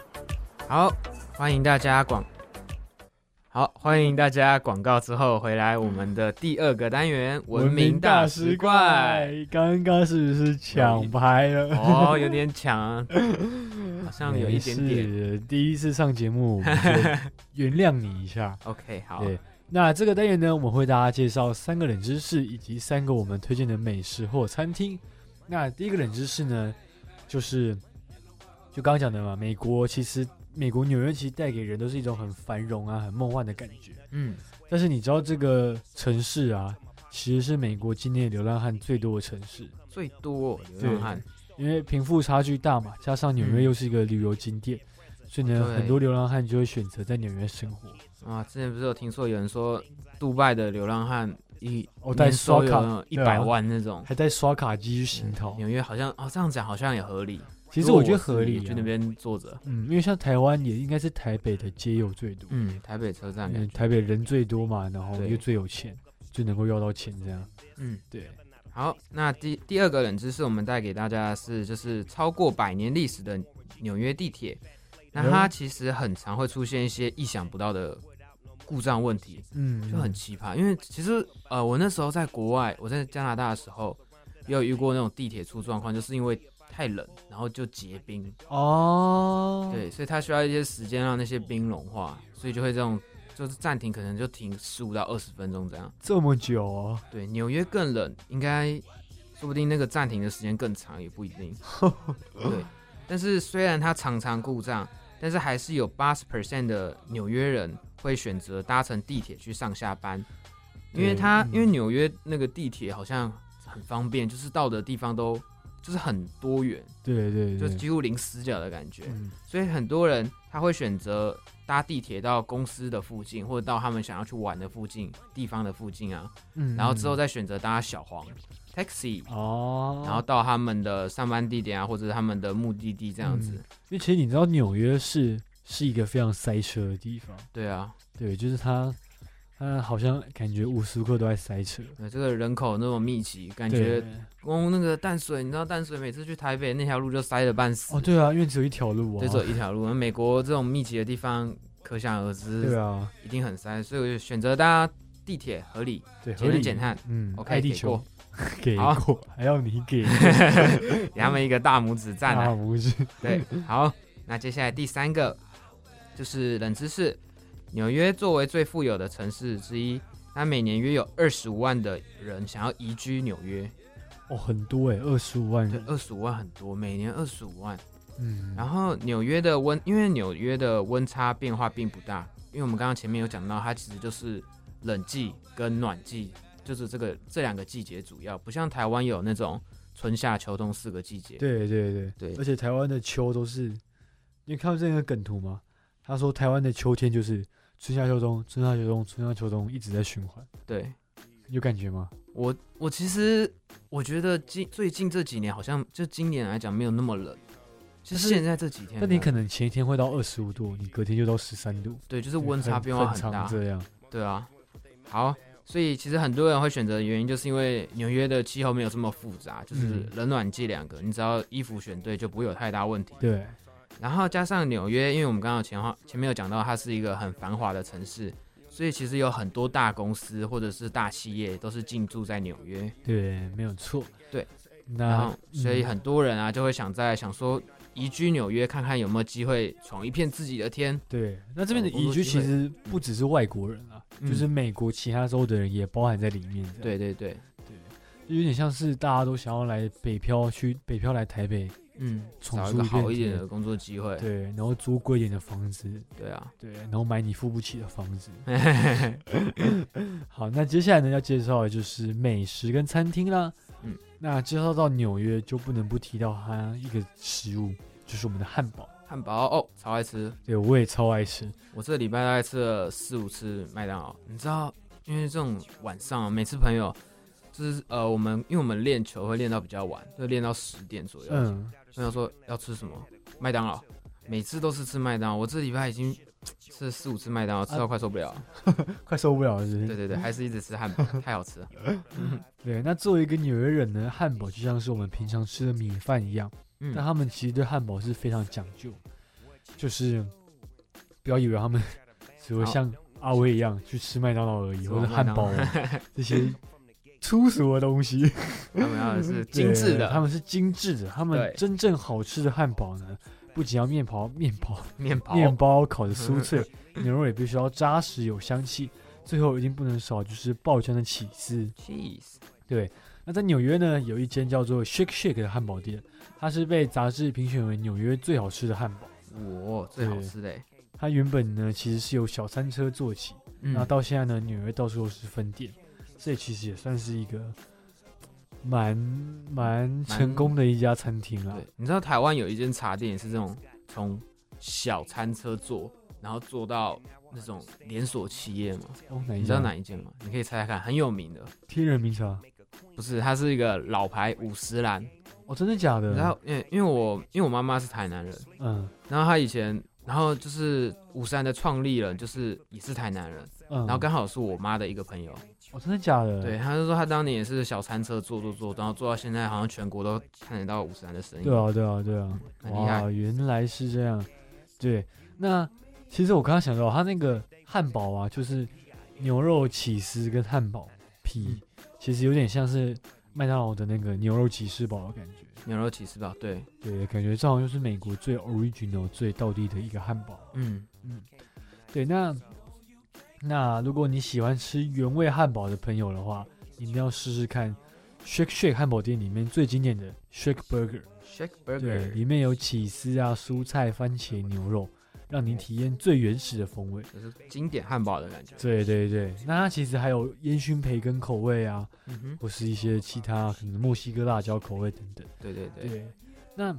D: 好，欢迎大家广。好，欢迎大家广告之后回来，我们的第二个单元《明大食怪》。，哎
C: 刚刚是不是抢拍了？
D: 哦，有点抢啊，好像有一点 点。
C: 没事。第一次上节目，我们就原谅你一下。
D: OK，好，
C: 对，那这个单元呢，我们会大家介绍三个冷知识以及三个我们推荐的美食或餐厅。那第一个冷知识呢，就是就刚刚讲的嘛，美国其实美国纽约其实带给人都是一种很繁荣啊、很梦幻的感觉。
D: 嗯，
C: 但是你知道这个城市啊，其实是美国境内流浪汉最多的城市，嗯
D: 最多流浪汉，
C: 因为贫富差距大嘛，加上纽约
D: 嗯
C: 又是一个旅游景点，所以呢，
D: 对
C: 很多流浪汉就会选择在纽约生活。
D: 啊，之前不是有听说有人说，杜拜的流浪汉一
C: 哦带
D: 年
C: 刷
D: 收
C: 卡
D: 有一
C: 对啊
D: 百万那种。
C: 还带刷卡机去行逃，
D: 纽约好像哦，这样讲好像也合理。
C: 其实我觉得
D: 如果
C: 合
D: 是
C: 理、
D: 你去
C: 啊
D: 那。边坐着，
C: 嗯，因为像台湾也应该是台北的街友最多，
D: 嗯，台北车站
C: 嗯，
D: 感觉，
C: 台北人最多嘛，然后
D: 对
C: 又最有钱，最能够要到钱这样。
D: 嗯。
C: 对，
D: 好，那第第二个冷知识，我们带给大家的是，就是超过百年历史的纽约地铁，那
C: 嗯
D: 它其实很常会出现一些意想不到的故障问题，
C: 嗯，
D: 就很奇葩。因为其实呃，我那时候在国外，我在加拿大的时候，也有遇过那种地铁出状况，就是因为太冷，然后就结冰，
C: 哦，
D: 对，所以它需要一些时间让那些冰融化，所以就会这种就是暂停，可能就停十五到二十分钟这样。
C: 这么久哦，
D: 对，纽约更冷，应该说不定那个暂停的时间更长也不一 定。对，但是虽然它常常故障，但是还是有八十 percent 的纽约人会选择搭乘地铁去上下班，因为
C: 对
D: 它、
C: 嗯
D: 因为纽约那个地铁好像很方便，就是到的地方都就是很多元，
C: 对对
D: 就
C: 对，
D: 几乎零死角的感觉，
C: 嗯，
D: 所以很多人他会选择。搭地铁到公司的附近，或者到他们想要去玩的附近地方的附近啊，
C: 嗯
D: 然后之后
C: 再
D: 再选择搭小黄 taxi，
C: 哦，
D: 然后到他们的上班地点啊，或者是他们的目的地这样子。
C: 嗯因为其实你知道纽约市是一个非常塞车的地方，
D: 对啊，
C: 对，就是它，它好像感觉无时无刻都在塞车，
D: 对这个人口那么密集，感
C: 对
D: 觉光、那个淡水，你知道淡水每次去台北那条路就塞得半死，
C: 哦，对啊，因为只有一条路啊
D: 对，，只有一条路。那美国这种密集的地方，可想而
C: 对
D: 知，
C: 啊，
D: 一定很塞，所以我就选择搭地铁合理，
C: 对，
D: 节
C: 合
D: 能
C: 理
D: 减，碳。
C: 嗯
D: OK，
C: 爱地
D: 给
C: 球
D: 过
C: 给
D: 好
C: 过，还要你 给
D: 给他们一个大拇指赞
C: 大
D: 啊！
C: 拇指。
D: 对，好，那接下来第三个就是冷知识。纽约作为最富有的城市之一，它每年约有二十五万的人想要移居纽约。
C: 哦，很多哎、2二十五万
D: 对
C: 人，，
D: 二十五万很多，每年二十五万。
C: 嗯，
D: 然后纽约的温，因为纽约的温差变化并不大，因为我们刚刚前面有讲到，它其实就是冷季跟暖季，就是这个这两个季节主要，不像台湾有那种春夏秋冬四个季节。
C: 对对对
D: 对
C: 而且台湾的秋都是，你看过这个梗图吗？他说台湾的秋天就是春夏秋冬，春夏秋冬，春夏秋冬一直在循环，
D: 对，
C: 有感觉吗？
D: 我我其实我觉得近最近这几年好像就今年来讲没有那么冷，就
C: 但是
D: 现在这几天来，
C: 但你可能前一天会到二十五度，你隔天就到十三度，
D: 对就是温差变化
C: 很
D: 很
C: 常
D: 大，
C: 这样。
D: 对啊。好，所以其实很多人会选择的原因，就是因为纽约的气候没有这么复杂，就是
C: 嗯
D: 冷暖季两个，你只要衣服选对就不会有太大问题。
C: 对，
D: 然后加上纽约，因为我们刚刚有前话前面有讲到，它是一个很繁华的城市，所以其实有很多大公司或者是大企业都是进驻在纽约。
C: 对，没有错。
D: 对，然
C: 那
D: 后，所以
C: 嗯
D: 很多人啊就会想在想说移居纽约，看看有没有机会闯一片自己的天。
C: 对，那这边的
D: 找工
C: 移
D: 作
C: 居
D: 机
C: 其
D: 会
C: 实不只是外国人啊，
D: 嗯
C: 就是美国其他州的人也包含在里面。
D: 对对对，
C: 有点像是大家都想要来北漂去北漂来台北
D: 嗯，
C: 重
D: 找
C: 出
D: 一个
C: 一片
D: 好一点
C: 天
D: 的工作机会，
C: 对，然后租贵一点的房子，
D: 对啊，
C: 对，然后买你付不起的房子。好，那接下来呢要介绍的就是美食跟餐厅啦。
D: 嗯，
C: 那介绍到纽约就不能不提到它一个食物，就是我们的汉堡。
D: 汉堡哦，超爱吃，
C: 对，我也超爱吃。
D: 我这个礼拜大概吃了四五次麦当劳，你知道，因为这种晚上、啊、每次朋友就是呃，我们因为我们练球会练到比较晚，就练到十点左右。
C: 嗯，
D: 朋友说要吃什么，麦当劳，每次都是吃麦当劳。我这礼拜已经吃了四五次麦当劳，
C: 啊
D: 吃到快受不了了。
C: 快受不了了是不是
D: 对对对，还是一直吃汉 堡，太好吃了。
C: 对，那作为一个纽约人呢，汉堡就像是我们平常吃的米饭一样，
D: 嗯
C: 但他们其实对汉堡是非常讲究，就是不要以为他们只会
D: 好
C: 像阿威一样去吃麦当劳而已，
D: 吃
C: 或者
D: 完麦
C: 汉
D: 当
C: 堡
D: 劳
C: 啊这些粗俗的东西。
D: 他们要的是 精致
C: 对他
D: 的
C: 们是精致的，他们
D: 对
C: 真正好吃的汉堡呢，不仅要面包面 包
D: 面包，
C: 面包烤的酥 脆，牛肉也必须要扎实有香气，最后一定不能少就是爆浆的起司。
D: cheese，
C: 那在纽约呢，有一间叫做 Shake Shake 的汉堡店，它是被杂志评选为纽约最好吃的汉堡。
D: 我最好吃的欸。
C: 它原本呢其实是由小餐车做起，
D: 嗯
C: 那到现在呢，纽约到处都是分店，这其实也算是一个蛮蛮成功的一家餐厅啦
D: 对。，你知道台湾有一间茶店也是这种从小餐车做，然后做到那种连锁企业嘛？
C: 哦，哪一
D: 你知道
C: 家？
D: 哪一间吗？你可以猜猜看，很有名的，
C: 天人名啊茶？
D: 不是，它是一个老牌五十岚。
C: 哦，真的假的？
D: 然后，因为因为我因为我妈妈是台南人，
C: 嗯
D: 然后她以前，然后就是五十岚的创立人就是也是台南人，
C: 嗯，
D: 然后刚好是我妈的一个朋友，
C: 哦，真的假的？
D: 对，她就说她当年也是小餐车做做做，然后做到现在好像全国都看得到五十岚的身影。
C: 对啊，对啊，对啊，
D: 很厉害
C: 哇，原来是这样。对，那其实我刚刚想到，它那个汉堡啊，就是牛肉起司跟汉堡
D: 嗯
C: 皮，其实有点像是麦当劳的那个牛肉起司堡的感觉。
D: 牛肉起司堡，对，
C: 对，感觉这好像就是美国最 original、最道地的一个汉堡。
D: 嗯，
C: 对，那那如果你喜欢吃原味汉堡的朋友的话，你一定要试试看 Shake Shake 汉堡店里面最经典的 Shake Burger。
D: Shake
C: 对，
D: Burger，
C: 里面有起司啊、蔬菜、番茄、牛肉，让你体验最原始的风味。
D: 就是经典汉堡的感觉。
C: 对对对，那它其实还有烟熏培根口味啊，
D: 嗯哼，
C: 或是一些其他可能墨西哥辣椒口味等等。
D: 对对对，
C: 对，那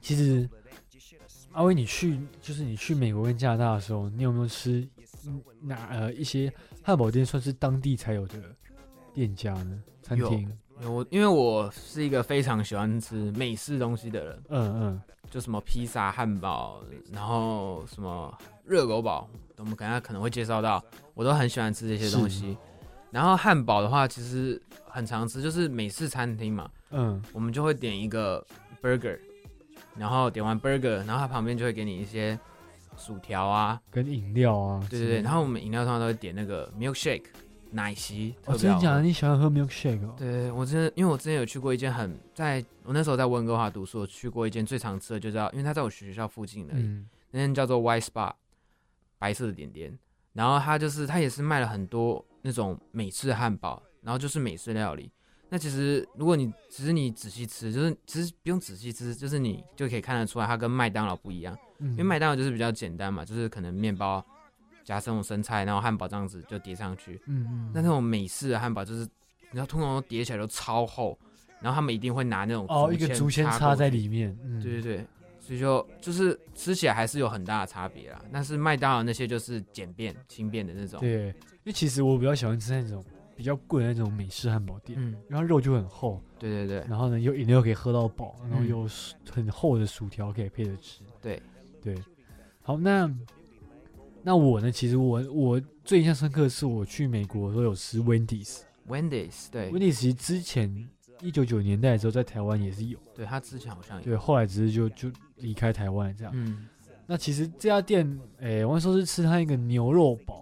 C: 其实阿威，你去就是你去美国跟加拿大的时候，你有没有吃嗯哪呃一些汉堡店算是当地才有的店家呢？餐
D: 有
C: 厅？
D: 因为我因为我是一个非常喜欢吃美式东西的人，
C: 嗯嗯，
D: 就什么披萨、汉堡，然后什么热狗堡，我们等一下可能会介绍到，我都很喜欢吃这些东西。然后汉堡的话，其实很常吃，就是美式餐厅嘛，
C: 嗯，
D: 我们就会点一个 burger，然后点完 burger，然后它旁边就会给你一些薯条啊，
C: 跟饮料啊之
D: 对
C: 类的。
D: 对对，然后我们饮料通常都会点那个 milkshake 奶昔，
C: 哦，
D: 特别
C: 真的
D: 好喝。
C: 假的？你喜欢喝 milkshake 哦？
D: 对对对，我真的，因为我之前有去过一间很，在我那时候在温哥华读书，我去过一间最常吃的就知道，因为它在我学校附近的，
C: 嗯，
D: 那间叫做 Y Spa，白色的点点。然后它就是它也是卖了很多那种美式汉堡，然后就是美式料理。那其实如果你其实你仔细吃，就是其实不用仔细吃，就是你就可以看得出来它跟麦当劳不一样。
C: 因
D: 因为麦当劳就是比较简单嘛，就是可能面包加生种生菜，然后汉堡这样子就叠上去。
C: 嗯嗯，
D: 那那种美式的汉堡就是，你知道，通常都叠起来都超厚，然后他们一定会拿那种
C: 哦，一个竹签插
D: 过
C: 在
D: 去
C: 里面，嗯，
D: 对对对，所以就就是吃起来还是有很大的差别啦。但是麦当劳那些就是简便轻便的那种，
C: 对，因为其实我比较喜欢吃那种比较贵的那种美式汉堡店，
D: 嗯，
C: 然后肉就很厚，
D: 对对对，
C: 然后呢有饮料可以喝到饱，然后
D: 嗯
C: 有薯很厚的薯条可以配着吃，
D: 对
C: 对，好那。那我呢？其实我我最印象深刻的是我去美国的时候有吃 Wendy's。
D: Wendy's，对
C: Wendy's 其实之前一九九年代的时候在台湾也是有，
D: 对，他之前好像有，
C: 对，后来只是就就离开台湾这样。
D: 嗯
C: 那其实这家店，诶、我那时候是吃它一个牛肉堡，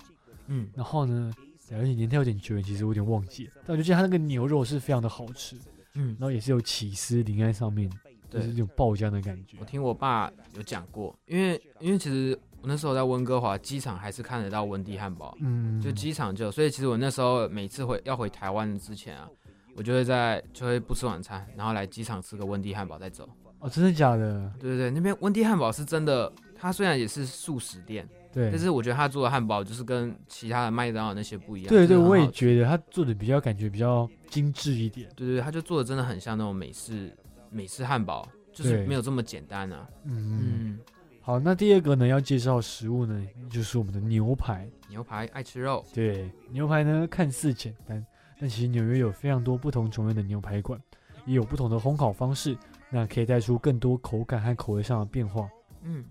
D: 嗯，
C: 然后呢，而且年代有点久远，其实我有点忘记了，但我就记得它那个牛肉是非常的好吃，
D: 嗯
C: 然后也是有起司淋在上面，就
D: 对
C: 是那种爆浆的感觉
D: 我。听我爸有讲过，因为因为其实我那时候在温哥华机场还是看得到温蒂汉堡，
C: 嗯，
D: 就机场就有，所以其实我那时候每次回要回台湾之前啊，我就会在就会不吃晚餐，然后来机场吃个温蒂汉堡再走，
C: 哦，真的假的？
D: 对对对，那边温蒂汉堡是真的，它虽然也是素食店，
C: 对，
D: 但是我觉得他做的汉堡就是跟其他的麦当劳那些不一样。
C: 对对，
D: 真的很
C: 我也
D: 好吃
C: 觉得他做的比较感觉比较精致一点。
D: 对对对，他就做的真的很像那种美式美式汉堡，就是
C: 对
D: 没有这么简单啊。
C: 嗯，
D: 嗯，
C: 好，那第二个呢要介绍食物呢，就是我们的牛排。
D: 牛排爱吃肉，
C: 对，牛排呢看似简单，但其实纽约有非常多不同种类的牛排馆，也有不同的烘烤方式，那可以带出更多口感和口味上的变化。
D: 嗯，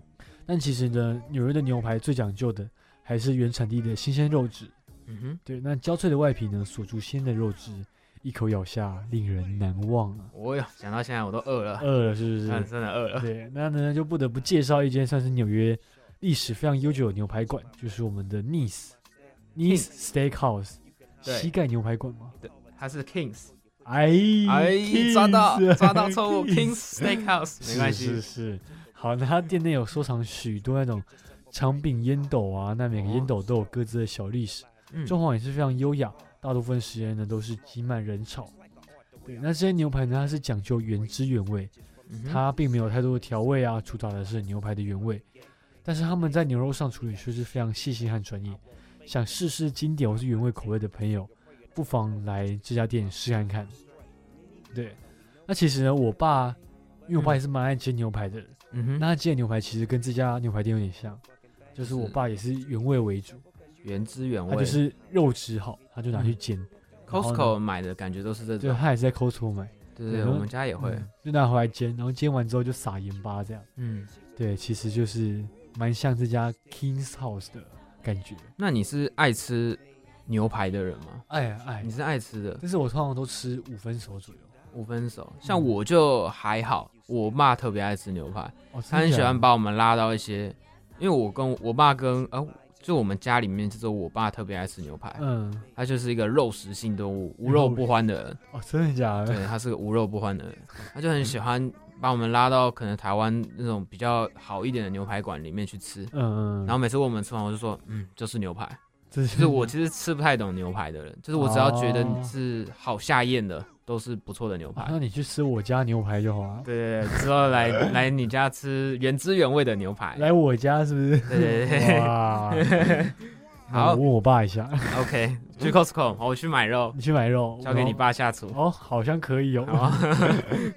C: 但其实呢，纽约的牛排最讲究的还是原产地的新鲜肉质。
D: 嗯哼，
C: 对，那焦脆的外皮呢，锁住鲜的肉汁，一口咬下令人难忘啊！
D: 我有想到现在我都饿了，
C: 饿了是不是？
D: 嗯，真的饿了。
C: 对，那呢就不得不介绍一间算是纽约历史非常悠久的牛排馆，就是我们的 Nice Nice Steakhouse
D: 对
C: 膝盖牛排馆吗？
D: 它是 Kings，
C: 哎
D: 哎，抓到
C: Kings 啊
D: 抓到错误
C: Kings
D: ，Kings Steakhouse，没关
C: 是是
D: 系，
C: 是，好，那它店内有收藏许多那种长柄烟斗啊，那每个烟斗都有各自的小历史，
D: 嗯，
C: 装潢也是非常优雅，大部分时间呢都是挤满人潮。对，那这些牛排呢，它是讲究原汁原味，
D: 嗯哼
C: 它并没有太多的调味啊，主打的是牛排的原味。但是他们在牛肉上处理却是非常细心和专业。想试试经典或是原味口味的朋友，不妨来这家店试看看。对，那其实呢，我爸，因为我爸
D: 嗯
C: 也是蛮爱煎牛排的人，
D: 嗯哼，
C: 那他煎的牛排其实跟这家牛排店有点像，就是我
D: 是
C: 爸也是原味为主，
D: 原汁原
C: 他
D: 味，嗯
C: 就是肉质好，他就拿去煎。然后呢
D: Costco 买的感觉都是这
C: 对，
D: 种，
C: 他也是在 Costco 买，
D: 对
C: 对
D: 对，
C: 然后
D: 我们家也会，
C: 嗯就拿回来煎，然后煎完之后就撒盐巴这样。
D: 嗯，
C: 对，其实就是蛮像这家 King's House 的感觉。
D: 那你是爱吃牛排的人吗？
C: 哎呀哎
D: 你，是爱吃的，
C: 但是我通常都吃五分熟左右。
D: 五分熟，像
C: 嗯
D: 我就还好，我妈特别爱吃牛排，
C: 哦，
D: 她很喜欢把我们拉到一些，因为我跟我爸跟呃，就我们家里面就只有我爸特别爱吃牛排，
C: 嗯，
D: 他就是一个肉食性动物，无
C: 肉
D: 肉不欢的人，
C: 哦，真的假的？
D: 对他是个无肉不欢的人，他就很
C: 嗯
D: 喜欢把我们拉到可能台湾那种比较好一点的牛排馆里面去吃。
C: 嗯嗯，
D: 然后每次我们吃完，我就说，嗯，就是 牛排。
C: 这
D: 就是我其实吃不太懂牛排的人，就是我只要觉得
C: 哦
D: 你是好下咽的，都是不错的牛
C: 啊
D: 排
C: 那。你去吃我家牛排就好啊，
D: 对对对，之 后来来你家吃原汁原味的牛排。
C: 来我家是不是？
D: 对对对对
C: 哇，那
D: 好
C: 我问我爸一下，
D: ，OK，去 Costco，我去买肉，
C: 你去买肉，
D: 交给你
C: 然后。
D: 爸下厨。
C: 哦，好像可以
D: 好啊
C: 哦。，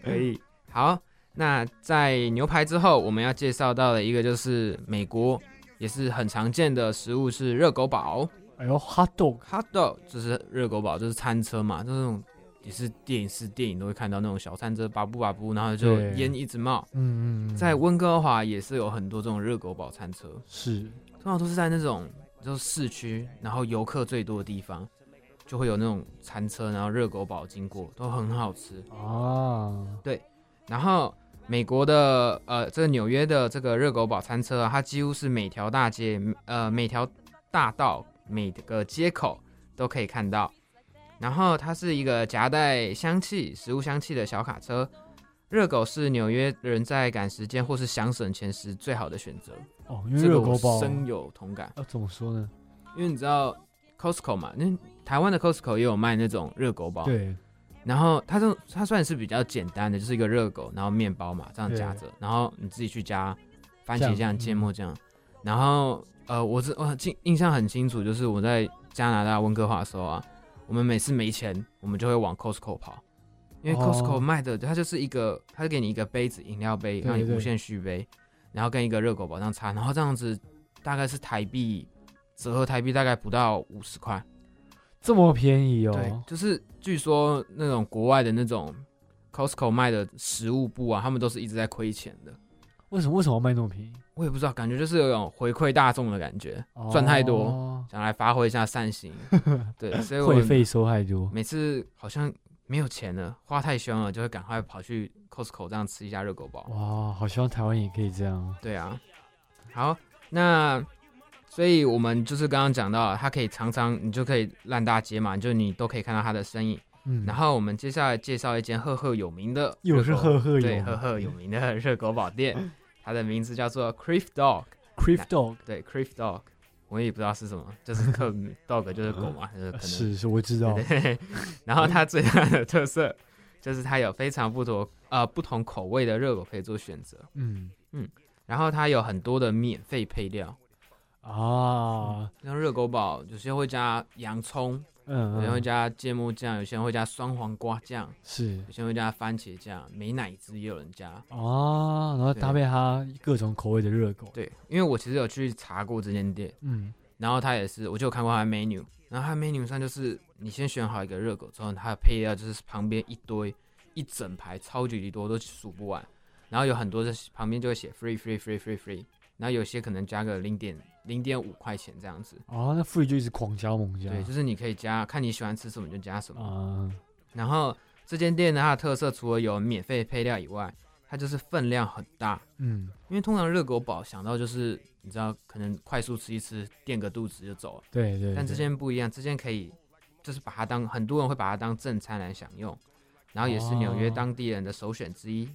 D: 可以。好，那在牛排之后，我们要介绍到的一个就是美国也是很常见的食物是热狗堡
C: 哎呦，hot dog，
D: ，hot dog，就是热狗堡，就是餐车嘛，就是那种也是电视电影都会看到那种小餐车，巴布巴布，然后就
C: 对
D: 烟一直冒。
C: 嗯嗯嗯，
D: 在温哥华也是有很多这种热狗堡餐车，
C: 是
D: 通常都是在那种就是市区，然后游客最多的地方，就会有那种餐车，然后热狗堡经过，都很好吃。
C: 啊，
D: 然后美国的呃，这个纽约的这个热狗堡餐车啊，它几乎是每条大街、呃每条大道、每个街口都可以看到。然后它是一个夹带香气、食物香气的小卡车。热狗是纽约人在赶时间或是想省钱时最好的选择，
C: 哦，因为
D: 这个
C: 热
D: 我
C: 狗堡啊
D: 深有同感。
C: 要怎么说呢？
D: 因为你知道 Costco 嘛，那台湾的 Costco 也有卖那种热狗堡，
C: 对，
D: 然后它这它算是比较简单的，就是一个热狗，然后面包嘛，这样夹着，然后你自己去加番茄
C: 酱
D: 酱、芥末酱，然后呃，我知我印印象很清楚，就是我在加拿大温哥华的时候啊，我们每次没钱，我们就会往 Costco 跑，因为
C: 哦
D: Costco 卖的、它就是一个，它就给你一个杯子，饮料杯，
C: 对
D: 让你
C: 对
D: 无限续杯，然后跟一个热狗堡这样插，然后这样子大概是台币折合台币大概不到五十块。
C: 这么便宜
D: 对
C: 哦，，
D: 就是据说那种国外的那种 Costco 卖的食物部啊，他们都是一直在亏钱的。
C: 为什么为什么要卖那么便宜？
D: 我也不知道，感觉就是有一种回馈大众的感觉， 赚太多
C: 哦，
D: 想来发挥一下 善心。对，所以我
C: 会费收太多。
D: 每次好像没有钱了，花太凶了，就会赶快跑去 Costco 这样吃一下热狗堡。
C: 哇，好希望台湾也可以这样。
D: 对啊，好，那所以我们就是刚刚讲到，它可以常常你就可以烂大街嘛，就你都可以看到它的身影。
C: 嗯，
D: 然后我们接下来介绍一间赫赫有名的热狗，
C: 又是赫赫有
D: 对
C: 名
D: 赫赫有名的 热狗堡店，它的名字叫做 Crif Dog，
C: Crave Dog
D: 对 Crif Dog，我也不知道是什么，就是 克 dog 就是狗嘛，就是可能
C: 是是，我知道
D: 对。对对然后它最大的特色就是它有非常不同呃不同口味的热狗可以做选择，
C: 嗯
D: 然后它有很多的免费配料，
C: 啊，
D: 像热狗堡有些会加洋葱，
C: 嗯，
D: 有些会
C: 嗯
D: 加芥末酱，有些人会加酸黄瓜酱，
C: 是
D: 有些人会加番茄酱，美乃滋也有人加。
C: 啊，然后搭配它各种口味的热狗，
D: 对，因为我其实有去查过这间店，
C: 嗯
D: 然后它也是，我就有看过它的 menu，然后它的 menu 上就是你先选好一个热狗之后，它的配料就是旁边一堆一整排超级多都数不完，然后有很多是旁边就会写 free free free free free，然后有些可能加个零点零点五块钱这样子，
C: 啊，那 free 就一直狂加猛加，
D: 对，就是你可以加，看你喜欢吃什么就加什么。
C: 啊，
D: 然后这间店呢，它的特色除了有免费配料以外，它就是分量很大。
C: 嗯
D: 因为通常热狗堡想到就是你知道，可能快速吃一吃，垫个肚子就走了。
C: 对对，
D: 但
C: 对
D: 这间不一样，这间可以就是把它当很多人会把它当正餐来享用，然后也是纽约
C: 哦
D: 当地人的首选之一。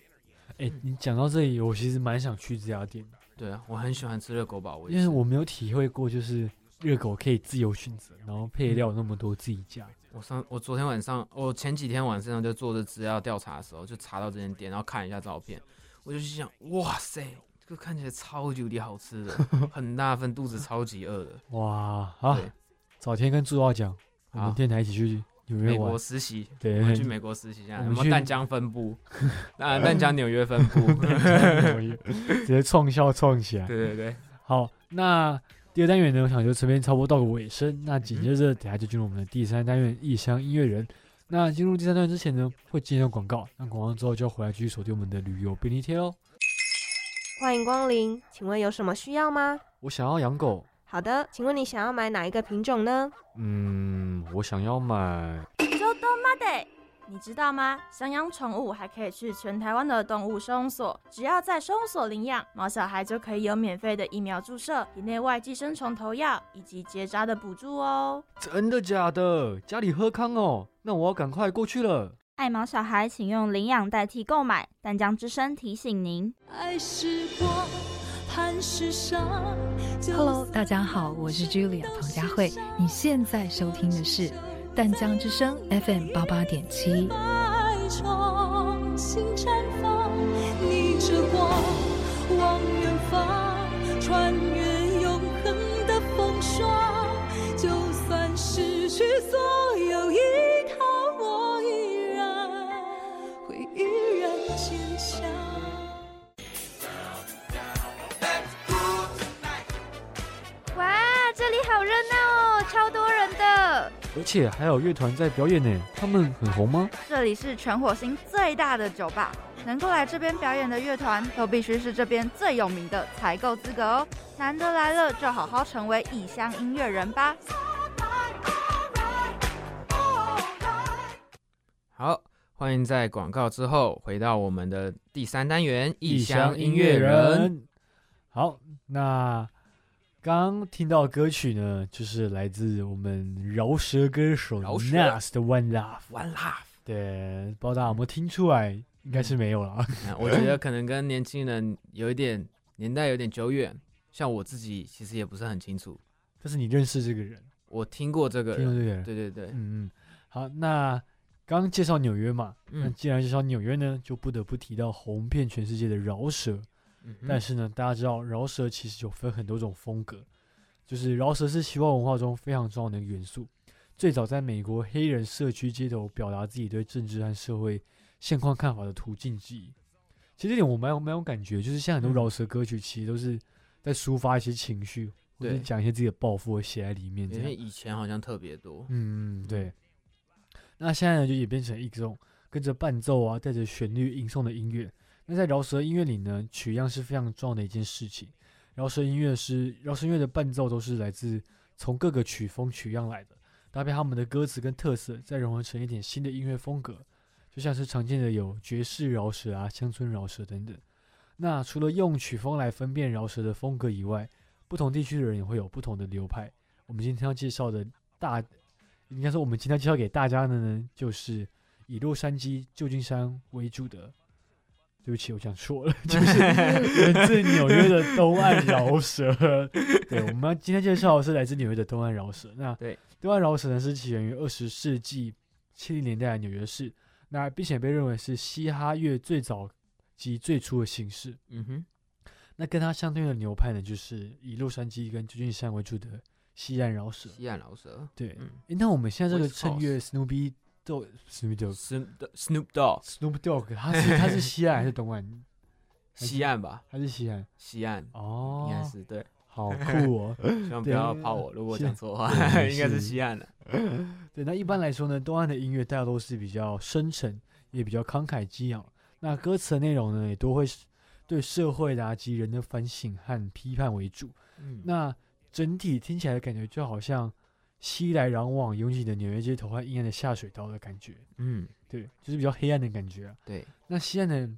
C: 哎、你讲到这里，我其实蛮想去这家店的，
D: 对啊，我很喜欢吃热狗堡，我也
C: 因为
D: 是
C: 我没有体会过，就是热狗可以自由选择，然后配料那么多自己加。
D: 我上我昨天晚上，我前几天晚上就做这资料调查的时候，就查到这间店，然后看一下照片，我就心想，哇塞，这个看起来超级无敌好吃的，很大份，肚子超 级饿的。
C: 哇，好
D: 对，
C: 早天跟朱浩讲，我
D: 好
C: 们电台一起去纽约
D: 美
C: 玩
D: 国，实习，
C: 对
D: 我们去美国实习一下，
C: 啊嗯我
D: 什
C: 们
D: 么
C: 去
D: 淡江分部， 啊，淡江纽约分部，
C: 直接创校创起来。
D: 对对对，
C: 好，那第二单元呢，我想就这边差不多到个尾声。那紧接着，等下就进入我们的第三单元——异乡音乐人。那进入第三单元之前呢，会进一段广告，那广告之后就要回来继续锁定我们的旅游便利贴哦。
J: 欢迎光临，请问有什么需要吗？
C: 我想要养狗，
J: 好的，请问你想要买哪一个品种呢？
C: 嗯，我想要买
K: 周东妈得，你知道吗？想养宠物还可以去全台湾的动物收容所，只要在收容所领养毛小孩，就可以有免费的疫苗注射、体内外寄生虫投药以及结扎的补助哦。
C: 真的假的？家里喝康哦，那我要赶快过去了。
A: 爱毛小孩，请用领养代替购买。淡江之声提醒您。
L: 爱是过，盼是伤。
M: Hello，大家好，我是 Julia 彭佳慧，你现在收听的是淡江之声 FM 八八点七。
L: 爱窗心绽放，逆着光望远方，穿越永恒的风霜。就算失去所有依靠，我依然会依然坚强。
B: 哇，这里好热闹哦，超多人的。
C: 而且还有乐团在表演呢，他们很红吗？
G: 这里是全火星最大的酒吧，能够来这边表演的乐团都必须是这边最有名的才够资格哦。难得来了，就好好成为异乡音乐人吧。
D: 好，欢迎在广告之后回到我们的第三单元——异乡音
C: 音
D: 乐人。。
C: 好，那刚听到歌曲呢，就是来自我们饶舌歌手
D: 饶舌
C: Nas 的 One Love。
D: One Love，
C: 对，不知道大家有没有听出来？应该是没有了。
D: 啊我觉得可能跟年轻人有一点年代有点久远，像我自己其实也不是很清楚。
C: 但是你认识这个人，
D: 我听过这个
C: 听过
D: 人，
C: 这个人？
D: 对对对，
C: 嗯嗯。好，那刚刚介绍纽约嘛，那
D: 嗯
C: 既然介绍纽约呢，就不得不提到红遍全世界的饶舌。
D: 嗯哼
C: 但是呢，大家知道饶舌其实有分很多种风格，就是饶舌是西方文化中非常重要的元素。最早在美国黑人社区街头表达自己对政治和社会现况看法的途径之一。其实这点我蛮有蛮有感觉，就是像很多
D: 嗯
C: 饶舌歌曲，其实都是在抒发一些情绪，或者
D: 对
C: 讲一些自己的抱负，我写在里面这
D: 因为
C: 样。
D: 以前好像特别多，
C: 嗯，对。那现在呢，就演变成一种跟着伴奏啊，带着旋律吟诵的音乐。那在饶舌音乐里呢，取样是非常重要的一件事情。饶舌音乐是饶舌音乐的伴奏都是来自从各个曲风取样来的，搭配他们的歌词跟特色，再融合成一点新的音乐风格，就像是常见的有爵士饶舌啊、乡村饶舌等等。那除了用曲风来分辨饶舌的风格以外，不同地区的人也会有不同的流派。我们今天要介绍的大，应该说我们今天要介绍给大家的呢，就是以洛杉矶、旧金山为主的。对不起，我讲错了， 就是源自纽约的东岸饶舌。对，我们今天介绍的是来自纽约的东岸饶舌。那
D: 对
C: 东岸饶舌呢是起源于二十世纪七零年代的纽约市，那并且被认为是嘻哈乐最早及最初的形式。
D: 嗯哼，
C: 那跟它相对应的流派呢，就是以洛杉矶跟旧金山为主的西岸饶舌。
D: 西岸饶舌，
C: 对，
D: 嗯
C: 诶那我们现在这个
D: West
C: 趁月 Snoopy Dog Snoopy Dog
D: Snoop Dogg，
C: Snoop Dogg，他是他是西 岸还是东岸？
D: 西岸吧，
C: 还是西岸？
D: 西岸
C: 哦，
D: 应该是对，
C: 好酷哦
D: 希望不要
C: 对
D: 泡我，如果我
C: 西
D: 讲错话，
C: 对
D: 应该是西岸的。
C: 对，那一般来说呢，东岸的音乐大多是比较深沉，也比较慷慨激昂。那歌词的内容呢，也都会是对社会啊及人的反省和批判为主。
D: 嗯
C: 那整体听起来的感觉就好像熙来攘往、拥挤的纽约街头和阴暗的下水道的感觉。
D: 嗯，
C: 对，就是比较黑暗的感觉、啊。
D: 对，
C: 那西岸的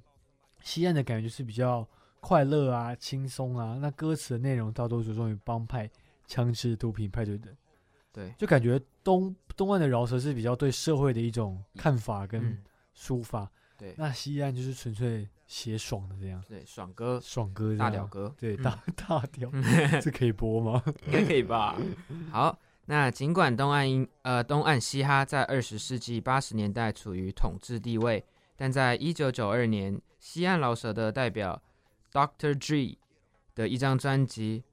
C: 西岸的感觉就是比较快乐啊、轻松啊。那歌词的内容大多着重于帮派、枪支、毒品、派对等，
D: 对，
C: 就感觉东东岸的饶舌是比较对社会的一种看法跟
D: 嗯
C: 抒发，
D: 对
C: 那西岸就是纯粹写爽的这样，
D: 对，爽哥，
C: 爽歌这
D: 大
C: 样
D: 屌哥，
C: 对，
D: 嗯
C: 大 大屌
D: 嗯，
C: 这可以播吗？
D: 应该可以吧？ 好，那尽管东岸音呃东岸嘻哈在二十世纪八十年代处于统治地位，但在一九九二年，西岸老舍的代表 Doctor Dre 的一张专辑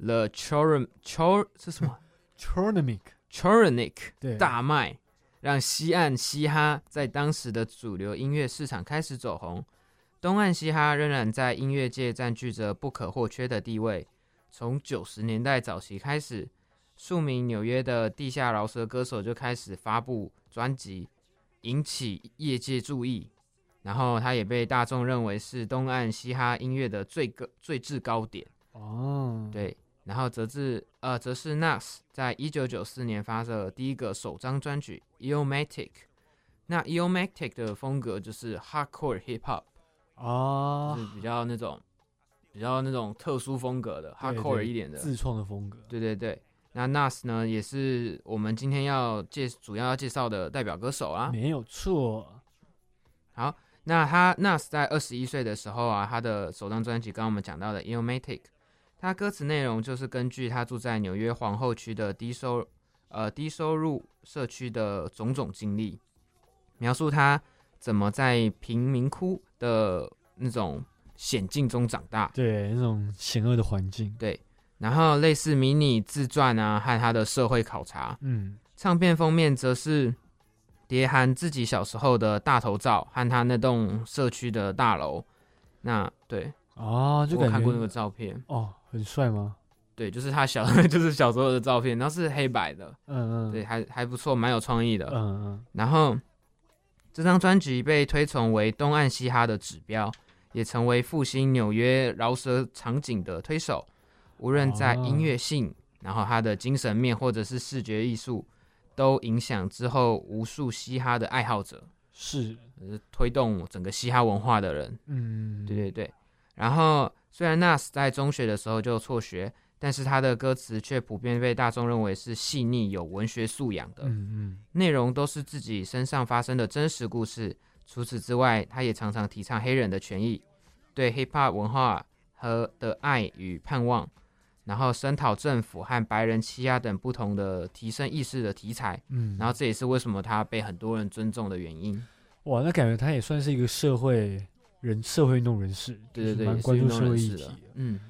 D: 《The Chorum Chor》是什么
C: Chornomic，对
D: ？Choronic 大卖，让西岸嘻哈在当时的主流音乐市场开始走红。东岸嘻哈仍然在音乐界占据着不可或缺的地位。从九十年代早期开始，数名纽约的地下饶舌歌手就开始发布专辑，引起业界注意。然后，他也被大众认为是东岸嘻哈音乐的最高最制高点。
C: 哦，
D: 对，然后则至呃，则是 Nas 在一九九四年发射了第一个首张专辑《Eomatic》。那 Eomatic 的风格就是 Hardcore Hip Hop，
C: 啊
D: 就，是比较那种比较那种特殊风格的
C: 对
D: Hardcore
C: 对
D: 一点的
C: 自创的风格，
D: 对对对，那 Nas 呢也是我们今天要介主要要介绍的代表歌手啊。
C: 没有错。
D: 好，那他 Nas 在二十一岁的时候啊，他的首张专辑刚刚我们讲到的《Illmatic》，他歌词内容就是根据他住在纽约皇后区的低收呃低收入社区的种种经历，描述他怎么在贫民窟的那种险境中长大。
C: 对，那种险恶的环境，
D: 对，然后类似迷你自传啊和他的社会考察。
C: 嗯，
D: 唱片封面则是叠含自己小时候的大头照和他那栋社区的大楼。那对，
C: 啊，就
D: 我有
C: 感觉
D: 看过那个照片，
C: 哦，很帅吗？
D: 对，就是他小 就是小时候的照片，然后是黑白的，
C: 嗯嗯，
D: 对，还还不错，蛮有创意的。
C: 嗯嗯，
D: 然后这张专辑被推崇为东岸嘻哈的指标，也成为复兴纽约饶舌场景的推手。无论在音乐性，然后他的精神面，或者是视觉艺术，都影响之后无数嘻哈的爱好者，
C: 是，
D: 呃推动整个嘻哈文化的人。
C: 嗯，
D: 对对对。然后虽然 Nas 在中学的时候就辍学，但是他的歌词却普遍被大众认为是细腻、有文学素养的。
C: 嗯嗯。
D: 内容都是自己身上发生的真实故事。除此之外，他也常常提倡黑人的权益，对 hip hop 文化和的爱与盼望，然后声讨政府和白人欺压等不同的提升意识的题材。
C: 嗯
D: 然后这也是为什么他被很多人尊重的原因。
C: 哇，那感觉他也算是一个社会人、社会运动人士，
D: 对
C: 就是
D: 对对，
C: 蛮
D: 也
C: 关
D: 是
C: 注
D: 运动
C: 社会
D: 人
C: 议
D: 士
C: 题
D: 的
C: 的。。
D: 嗯，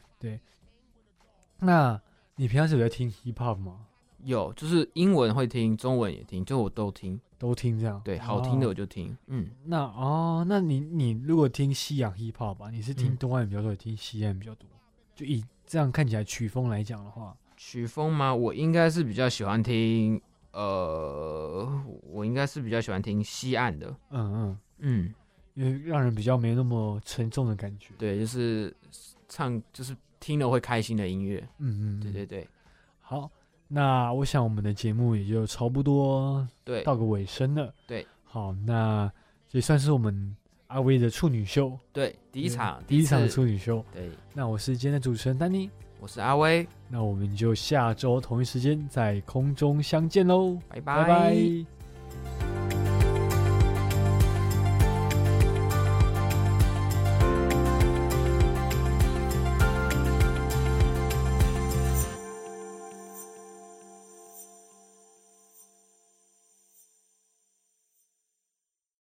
C: 那你平常是有在听 hip hop 吗？
D: 有，就是英文会听，中文也听，就我都听。
C: 都听这样？
D: 对，好听的
C: 哦
D: 我就听。嗯，
C: 那哦，那你你如果听西洋 hip hop 吧，你是听
D: 嗯
C: 东岸比较多，也听西岸比较多？就以这样看起来曲风来讲的话，
D: 曲风吗？我应该是比较喜欢听，呃，我应该是比较喜欢听西岸的，
C: 嗯嗯，
D: 嗯，
C: 因为让人比较没那么沉重的感觉。
D: 对，就是唱，就是听了会开心的音乐，
C: 嗯嗯，
D: 对
C: 嗯
D: 对对
C: 好，那我想我们的节目也就差不多
D: 对
C: 到个尾声了。
D: 对
C: 好，那这算是我们阿威的处女秀，
D: 对，第一场，
C: 第一场
D: 次
C: 处，女秀。
D: 对，
C: 那我是今天的主持人丹妮，
D: 我是阿威，
C: 那我们就下周同一时间在空中相见喽，
D: 拜
C: 拜拜